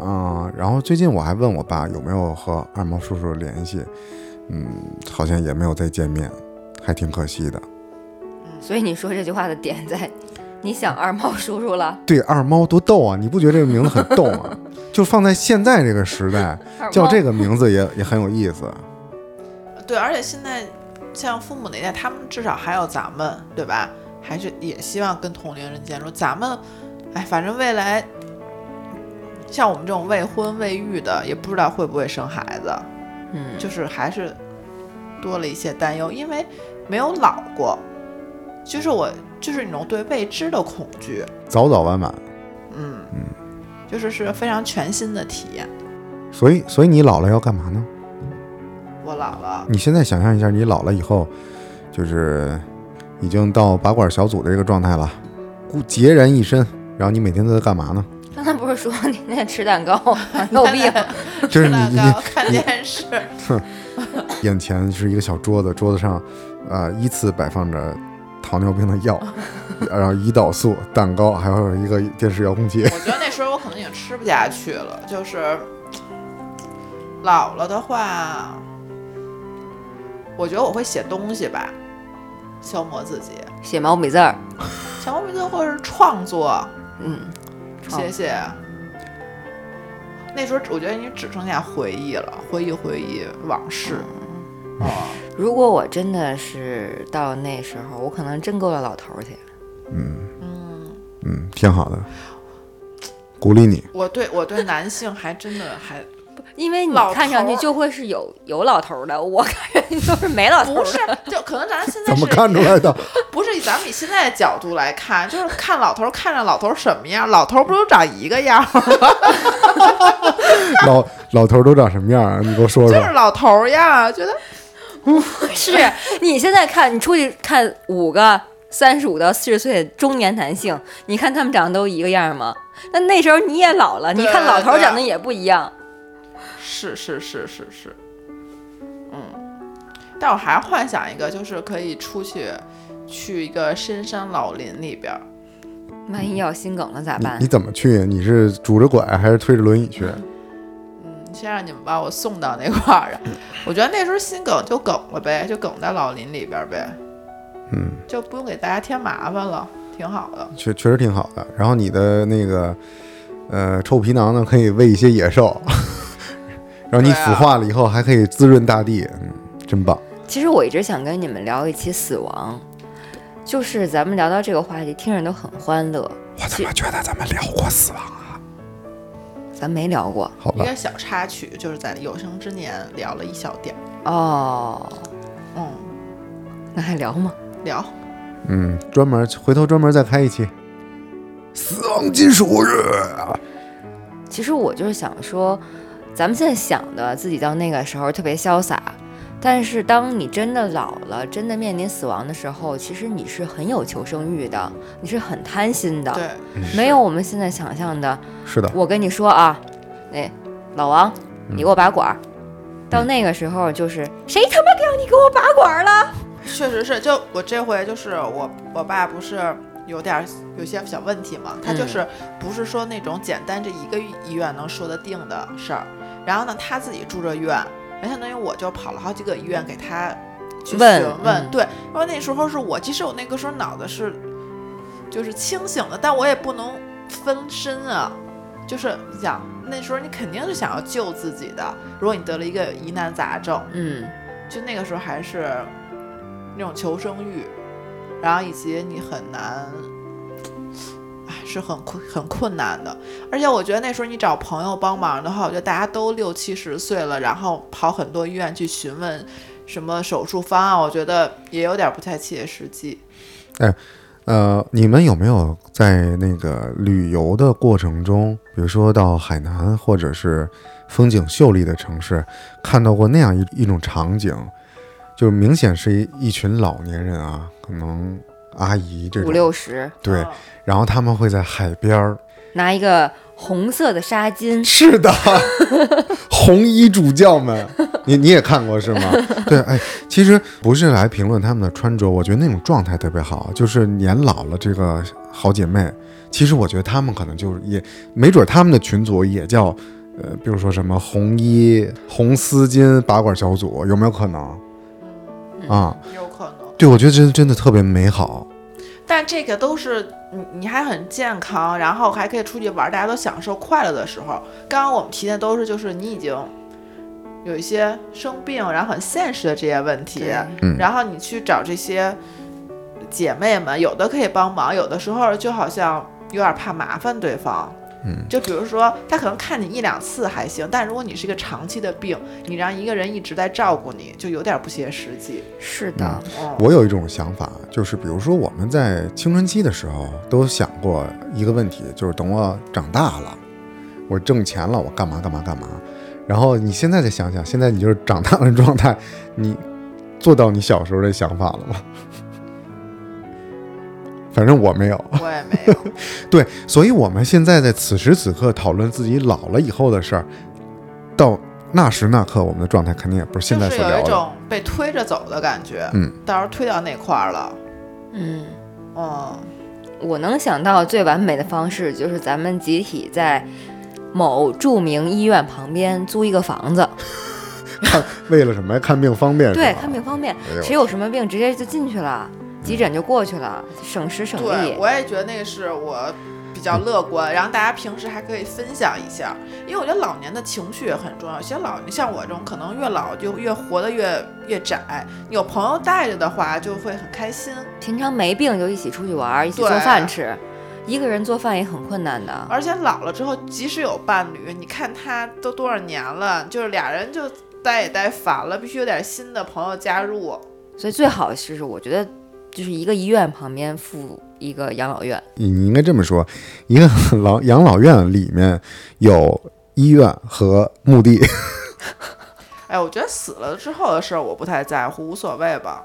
[SPEAKER 3] 嗯，然后最近我还问我爸有没有和二猫叔叔联系，嗯，好像也没有再见面，还挺可惜的。
[SPEAKER 2] 所以你说这句话的点在，你想二猫叔叔了，
[SPEAKER 3] 对，二猫多逗啊！你不觉得这个名字很逗吗？ 就放在现在这个时代，
[SPEAKER 2] 二
[SPEAKER 3] 叫
[SPEAKER 2] 猫
[SPEAKER 3] 这个名字也也很有意思。
[SPEAKER 1] 对，而且现在像父母那一代，他们至少还有咱们，对吧？还是也希望跟同龄人接触。咱们，哎，反正未来像我们这种未婚未育的，也不知道会不会生孩子，
[SPEAKER 2] 嗯，
[SPEAKER 1] 就是还是多了一些担忧，因为没有老过，就是我就是那种对未知的恐惧。
[SPEAKER 3] 早早晚晚，
[SPEAKER 1] 嗯，就是是非常全新的体验。
[SPEAKER 3] 所以所以你老了要干嘛呢？
[SPEAKER 1] 我老了，
[SPEAKER 3] 你现在想象一下，你老了以后，就是已经到拔管小组的这个状态了，孤孑然一身。然后你每天都在 干嘛呢？
[SPEAKER 2] 刚才不是说你那吃蛋糕糖尿病？
[SPEAKER 3] 就
[SPEAKER 1] 吃
[SPEAKER 3] 嗯是你
[SPEAKER 1] 蛋
[SPEAKER 3] 你
[SPEAKER 1] 糕、看电视，
[SPEAKER 3] 眼前是一个小桌子，桌子上，呃，依次摆放着糖尿病的药，
[SPEAKER 1] 哦
[SPEAKER 3] 然后胰岛素、蛋糕，还有一个电视遥 控器。
[SPEAKER 1] 我觉得那时候我可能已经吃不下去了。就是老了的话，我觉得我会写东西吧，消磨自己，
[SPEAKER 2] 写毛笔字儿，
[SPEAKER 1] 消磨自己或者是创作，
[SPEAKER 2] 嗯，创
[SPEAKER 1] 写写。那时候我觉得你只剩下回忆了，回忆回忆往事。
[SPEAKER 3] 嗯
[SPEAKER 1] 哦，
[SPEAKER 2] 如果我真的是到那时候，我可能真够了老头儿去。
[SPEAKER 3] 嗯，挺好的，鼓励你。
[SPEAKER 1] 我对我对男性还真的还
[SPEAKER 2] 因为你
[SPEAKER 1] 老
[SPEAKER 2] 看上去
[SPEAKER 1] 头儿
[SPEAKER 2] 就会是有有老头儿的，我看上去都是没老头
[SPEAKER 1] 不
[SPEAKER 2] 儿
[SPEAKER 1] 是
[SPEAKER 2] 的。，
[SPEAKER 1] 就可能咱现在
[SPEAKER 3] 怎
[SPEAKER 1] 是
[SPEAKER 3] 么看出 来的？
[SPEAKER 1] 不是以咱们以现在的角度来看，就是看老头儿看着老头儿什么样，老头儿不都长一个样儿吗，
[SPEAKER 3] 老老头儿都长什么样啊？你给我说
[SPEAKER 1] 就
[SPEAKER 3] 说。
[SPEAKER 1] 是老头儿样啊，觉得
[SPEAKER 2] 是你现在看，你出去看五个三十五到四十岁的中年男性，你看他们长得都一个样吗？那那时候你也老了，你
[SPEAKER 1] 对
[SPEAKER 2] 看老头儿
[SPEAKER 1] 对
[SPEAKER 2] 长得也不一样。
[SPEAKER 1] 是是是是是，嗯，但我还幻想一个，就是可以出去去一个深山老林里边儿，
[SPEAKER 2] 万一要心梗了咋
[SPEAKER 3] 你
[SPEAKER 2] 办
[SPEAKER 3] 你？怎么去？你是拄着拐还是推着轮椅去？
[SPEAKER 1] 嗯，先让你们把我送到那块儿啊。我觉得那时候心梗就梗了呗，就梗在老林里边儿呗，
[SPEAKER 3] 嗯，
[SPEAKER 1] 就不用给大家添麻烦了，挺好的。
[SPEAKER 3] 确确实挺好的。然后你的那个呃臭皮囊呢，可以喂一些野兽， 然后你
[SPEAKER 1] 对啊
[SPEAKER 3] 腐化了以后还可以滋润大地，嗯，真棒。
[SPEAKER 2] 其实我一直想跟你们聊一期死亡，就是咱们聊到这个话题，听着都很欢乐，
[SPEAKER 3] 我怎么觉得咱们聊过死亡？
[SPEAKER 2] 咱没聊过
[SPEAKER 3] 好
[SPEAKER 1] 一
[SPEAKER 3] 吧，
[SPEAKER 1] 个小插曲，就是在有生之年聊了一小点儿，
[SPEAKER 2] 哦，
[SPEAKER 1] 嗯，
[SPEAKER 2] 那还聊吗？
[SPEAKER 1] 聊
[SPEAKER 3] 嗯，专门回头专门再开一期死亡金属日。
[SPEAKER 2] 其实我就是想说，咱们现在想的自己到那个时候特别潇洒，但是当你真的老了，真的面临死亡的时候，其实你是很有求生欲的，你是很贪心的，
[SPEAKER 1] 对，
[SPEAKER 2] 没有我们现在想象的。
[SPEAKER 3] 是的，
[SPEAKER 2] 我跟你说啊，那老王，你给我拔管儿。到那个时候，就是谁他妈让你给我拔管儿了？
[SPEAKER 1] 确实是，就我这回就是我我爸不是有点儿有些小问题嘛，他就
[SPEAKER 2] 嗯
[SPEAKER 1] 是不是说那种简单这一个医院能说得定的事儿。然后呢，他自己住着院，然后相当于我就跑了好几个医院给他去询
[SPEAKER 2] 问
[SPEAKER 1] 问，
[SPEAKER 2] 嗯
[SPEAKER 1] 对，因为那时候是我，其实我那个时候脑子是就是清醒的，但我也不能分身啊。就是你想那时候你肯定是想要救自己的，如果你得了一个疑难杂症，
[SPEAKER 2] 嗯，
[SPEAKER 1] 就那个时候还是那种求生欲，然后以及你很难，哎，是很困很困难的。而且我觉得那时候你找朋友帮忙的话，我觉得大家都六七十岁了，然后跑很多医院去询问什么手术方案，我觉得也有点不太切实际。
[SPEAKER 3] 呃，你们有没有在那个旅游的过程中，比如说到海南或者是风景秀丽的城市，看到过那样一一种场景，就是明显是一一群老年人啊，可能阿姨这
[SPEAKER 2] 五
[SPEAKER 3] 种，
[SPEAKER 2] 六十，
[SPEAKER 3] 对
[SPEAKER 1] 嗯，
[SPEAKER 3] 然后他们会在海边儿，
[SPEAKER 2] 拿一个红色的纱巾，
[SPEAKER 3] 是的， 红衣主教们，你你也看过是吗？对，哎，其实不是来评论他们的穿着，我觉得那种状态特别好，就是年老了这个好姐妹，其实我觉得她们可能就是也没准她们的群组也叫呃，比如说什么红衣红丝巾拔管小组，有没有可能啊？
[SPEAKER 1] 有可能。
[SPEAKER 3] 对，我觉得真真的特别美好，
[SPEAKER 1] 但这个都是你你还很健康，然后还可以出去玩儿，大家都享受快乐的时候。刚刚我们提的都是就是你已经有一些生病，然后很现实的这些问题，
[SPEAKER 3] 嗯
[SPEAKER 1] 然后你去找这些姐妹们，有的可以帮忙，有的时候就好像有点怕麻烦对方。
[SPEAKER 3] 嗯，
[SPEAKER 1] 就比如说，他可能看你一两次还行，但如果你是一个长期的病，你让一个人一直在照顾你，就有点不切实际。
[SPEAKER 2] 是的，
[SPEAKER 1] 嗯，
[SPEAKER 3] 我有一种想法，就是比如说我们在青春期的时候都想过一个问题，就是等我长大了，我挣钱了，我干嘛干嘛干嘛。然后你现在再想想，现在你就是长大的状态，你做到你小时候的想法了吗？反正我没有。
[SPEAKER 1] 我也没有。
[SPEAKER 3] 对，所以我们现在在此时此刻讨论自己老了以后的事儿，到那时那刻我们的状态肯定也不是现在
[SPEAKER 1] 就
[SPEAKER 3] 所
[SPEAKER 1] 是有
[SPEAKER 3] 聊
[SPEAKER 1] 一
[SPEAKER 3] 的。
[SPEAKER 1] 种被推着走的感觉，
[SPEAKER 3] 嗯，
[SPEAKER 1] 到时候推到那块儿了，
[SPEAKER 2] 嗯。
[SPEAKER 1] 嗯，
[SPEAKER 2] 我能想到最完美的方式就是咱们集体在某著名医院旁边租一个房子，
[SPEAKER 3] 为了什么呀？看病方便是吧？
[SPEAKER 2] 对，看病方便，
[SPEAKER 3] 哎呦
[SPEAKER 2] 谁有什么病直接就进去了，急诊就过去了，省时省
[SPEAKER 1] 对
[SPEAKER 2] 力，。
[SPEAKER 1] 我也觉得那个是我比
[SPEAKER 3] 嗯
[SPEAKER 1] 较乐观，然后大家平时还可以分享一下，因为我觉得老年的情绪也很重要，有些老像我这种可能越老就越活得越越窄，有朋友带着的话就会很开心，
[SPEAKER 2] 平常没病就一起出去玩儿，一起
[SPEAKER 1] 对
[SPEAKER 2] 做饭吃。一个人做饭也很困难的。
[SPEAKER 1] 而且老了之后，即使有伴侣，你看他都多少年了，就是俩人就待也待烦了，必须有点新的朋友加入。
[SPEAKER 2] 所以最好是，我觉得就是一个医院旁边附一个养老院，
[SPEAKER 3] 你你应该这么说，一个老养老院里面有医院和墓地，
[SPEAKER 1] 哎，我觉得死了之后的事儿我不太在乎，无所谓吧。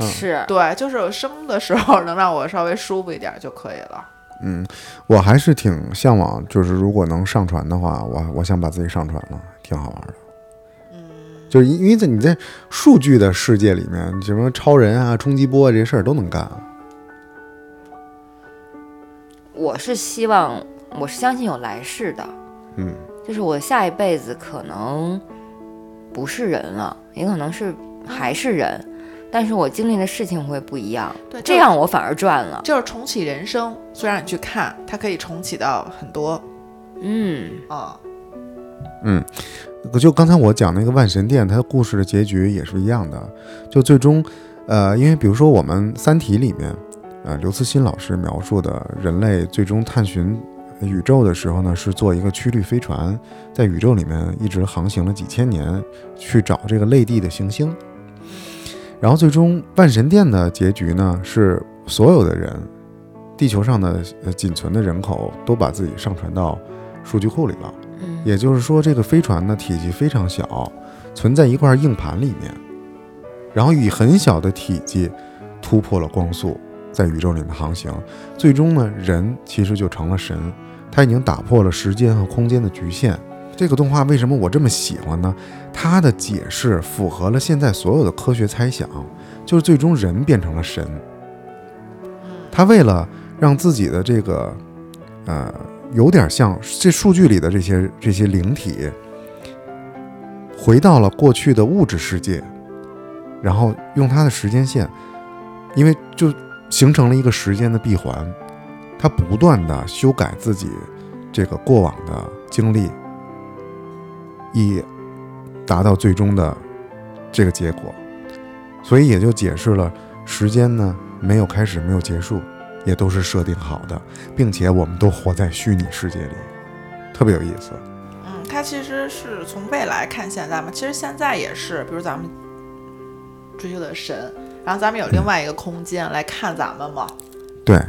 [SPEAKER 3] 嗯
[SPEAKER 2] 是
[SPEAKER 1] 对，就是生的时候能让我稍微舒服一点就可以了。
[SPEAKER 3] 嗯，我还是挺向往，就是如果能上传的话，我我想把自己上传了，挺好玩的。就是因因为在你在数据的世界里面，什么超人啊、冲击波啊这些事儿都能干。
[SPEAKER 2] 我是希望，我是相信有来世的，
[SPEAKER 3] 嗯，
[SPEAKER 2] 就是我下一辈子可能不是人了，也可能是还是人，但是我经历的事情会不一样，
[SPEAKER 1] 对
[SPEAKER 2] 这样我反而赚了。
[SPEAKER 1] 就是重启人生，虽然你去看，它可以重启到很多
[SPEAKER 2] 嗯，
[SPEAKER 1] 啊、
[SPEAKER 3] 就刚才我讲那个万神殿，它故事的结局也是一样的，就最终，呃，因为比如说我们《三体》里面，呃，刘慈欣老师描述的人类最终探寻宇宙的时候呢，是坐一个曲率飞船，在宇宙里面一直航行了几千年，去找这个类地的行星。然后最终万神殿的结局呢，是所有的人，地球上的呃仅存的人口都把自己上传到数据库里了。
[SPEAKER 2] 嗯
[SPEAKER 3] 也就是说，这个飞船呢体积非常小，存在一块硬盘里面，然后以很小的体积突破了光速，在宇宙里面航行。最终呢，人其实就成了神，他已经打破了时间和空间的局限。这个动画为什么我这么喜欢呢？它的解释符合了现在所有的科学猜想，就是最终人变成了神。他为了让自己的这个，呃，有点像这数据里的这些这些灵体，回到了过去的物质世界，然后用它的时间线，因为就形成了一个时间的闭环，它不断的修改自己这个过往的经历，以达到最终的这个结果，所以也就解释了时间呢没有开始，没有结束，也都是设定好的。并且我们都活在虚拟世界里，特别有意思。
[SPEAKER 1] 嗯，它其实是从未来看现在嘛，其实现在也是，比如咱们追求的神，然后咱们有另外一个空间来看咱们嘛，
[SPEAKER 3] 对，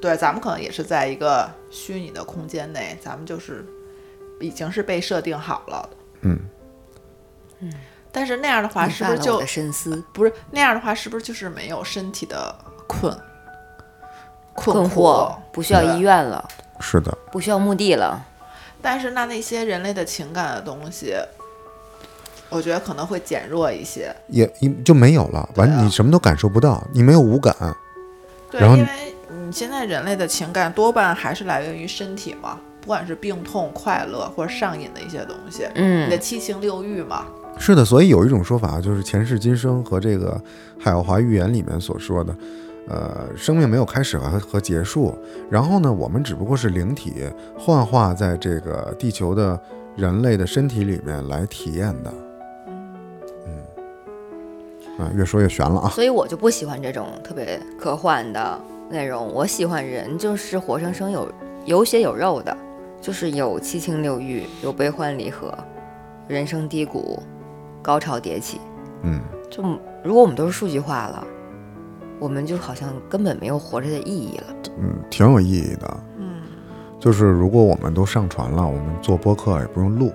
[SPEAKER 1] 对，咱们可能也是在一个虚拟的空间内，咱们就是已经是被设定好了的
[SPEAKER 3] 嗯，
[SPEAKER 1] 但是那样的话，
[SPEAKER 2] 引
[SPEAKER 1] 是
[SPEAKER 2] 发
[SPEAKER 1] 不是
[SPEAKER 2] 了
[SPEAKER 1] 就
[SPEAKER 2] 我的深思？
[SPEAKER 1] 不是那样的话，是不是就是没有身体的困困
[SPEAKER 2] 困惑，不需要
[SPEAKER 1] 对
[SPEAKER 2] 医院了，
[SPEAKER 3] 是的，
[SPEAKER 2] 不需要墓地了。
[SPEAKER 1] 但是那那些人类的情感的东西，我觉得可能会减弱一些。
[SPEAKER 3] 也也就没有了，完、
[SPEAKER 1] 对啊
[SPEAKER 3] 你什么都感受不到，你没有五感。
[SPEAKER 1] 对，
[SPEAKER 3] 然后
[SPEAKER 1] 因为你现在人类的情感多半还是来源于身体嘛，不管是病痛、快乐或者上瘾的一些东西，你的
[SPEAKER 2] 嗯，
[SPEAKER 1] 七情六欲嘛。
[SPEAKER 3] 是的，所以有一种说法就是前世今生和这个《海奥华预言》里面所说的，呃，生命没有开始和和结束，然后呢，我们只不过是灵体幻化在这个地球的人类的身体里面来体验的。嗯，啊，越说越悬了啊。
[SPEAKER 2] 所以我就不喜欢这种特别科幻的内容，我喜欢人就是活生生有有血有肉的，就是有七情六欲，有悲欢离合，人生低谷，高潮迭起。
[SPEAKER 3] 嗯，
[SPEAKER 2] 就如果我们都是数据化了，我们就好像根本没有活着的意义了。
[SPEAKER 3] 嗯，挺有意义的。
[SPEAKER 1] 嗯，
[SPEAKER 3] 就是如果我们都上传了，我们做播客也不用录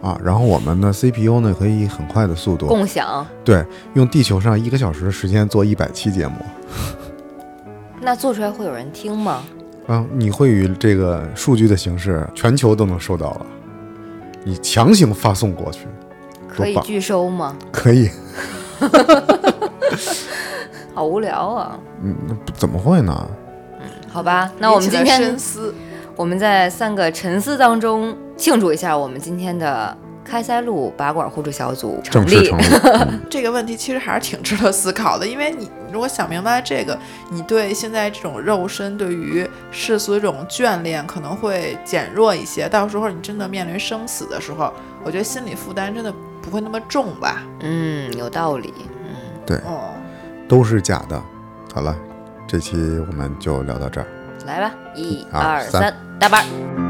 [SPEAKER 3] 啊，然后我们的 CPU 呢可以以很快的速度，
[SPEAKER 2] 共享，
[SPEAKER 3] 对，用地球上一个小时的时间做一百期节目
[SPEAKER 2] 那做出来会有人听吗？
[SPEAKER 3] 啊，你会以这个数据的形式，全球都能收到了，你强行发送过去
[SPEAKER 2] 可以
[SPEAKER 3] 棒
[SPEAKER 2] 拒收吗？
[SPEAKER 3] 可以，
[SPEAKER 2] 好无聊啊！
[SPEAKER 3] 怎么会呢？
[SPEAKER 2] 好吧，那我们
[SPEAKER 1] 引嗯起
[SPEAKER 2] 今
[SPEAKER 1] 了
[SPEAKER 2] 天
[SPEAKER 1] 深思，
[SPEAKER 2] 我们在三个沉思当中庆祝一下我们今天的开塞露拔管互助小组成
[SPEAKER 3] 正式
[SPEAKER 2] 立
[SPEAKER 3] 成。立，嗯
[SPEAKER 1] 这个问题其实还是挺值得思考的，因为你如果想明白这个，你对现在这种肉身对于世俗这种眷恋可能会减弱一些，到时候你真的面临生死的时候，我觉得心理负担真的不会那么重吧。
[SPEAKER 2] 嗯，有道理。嗯，
[SPEAKER 1] 哦，
[SPEAKER 3] 都是假的。好了，这期我们就聊到这儿。
[SPEAKER 2] 来吧，一
[SPEAKER 3] 二
[SPEAKER 2] 二
[SPEAKER 3] 三嗯啊
[SPEAKER 2] 三，大班儿。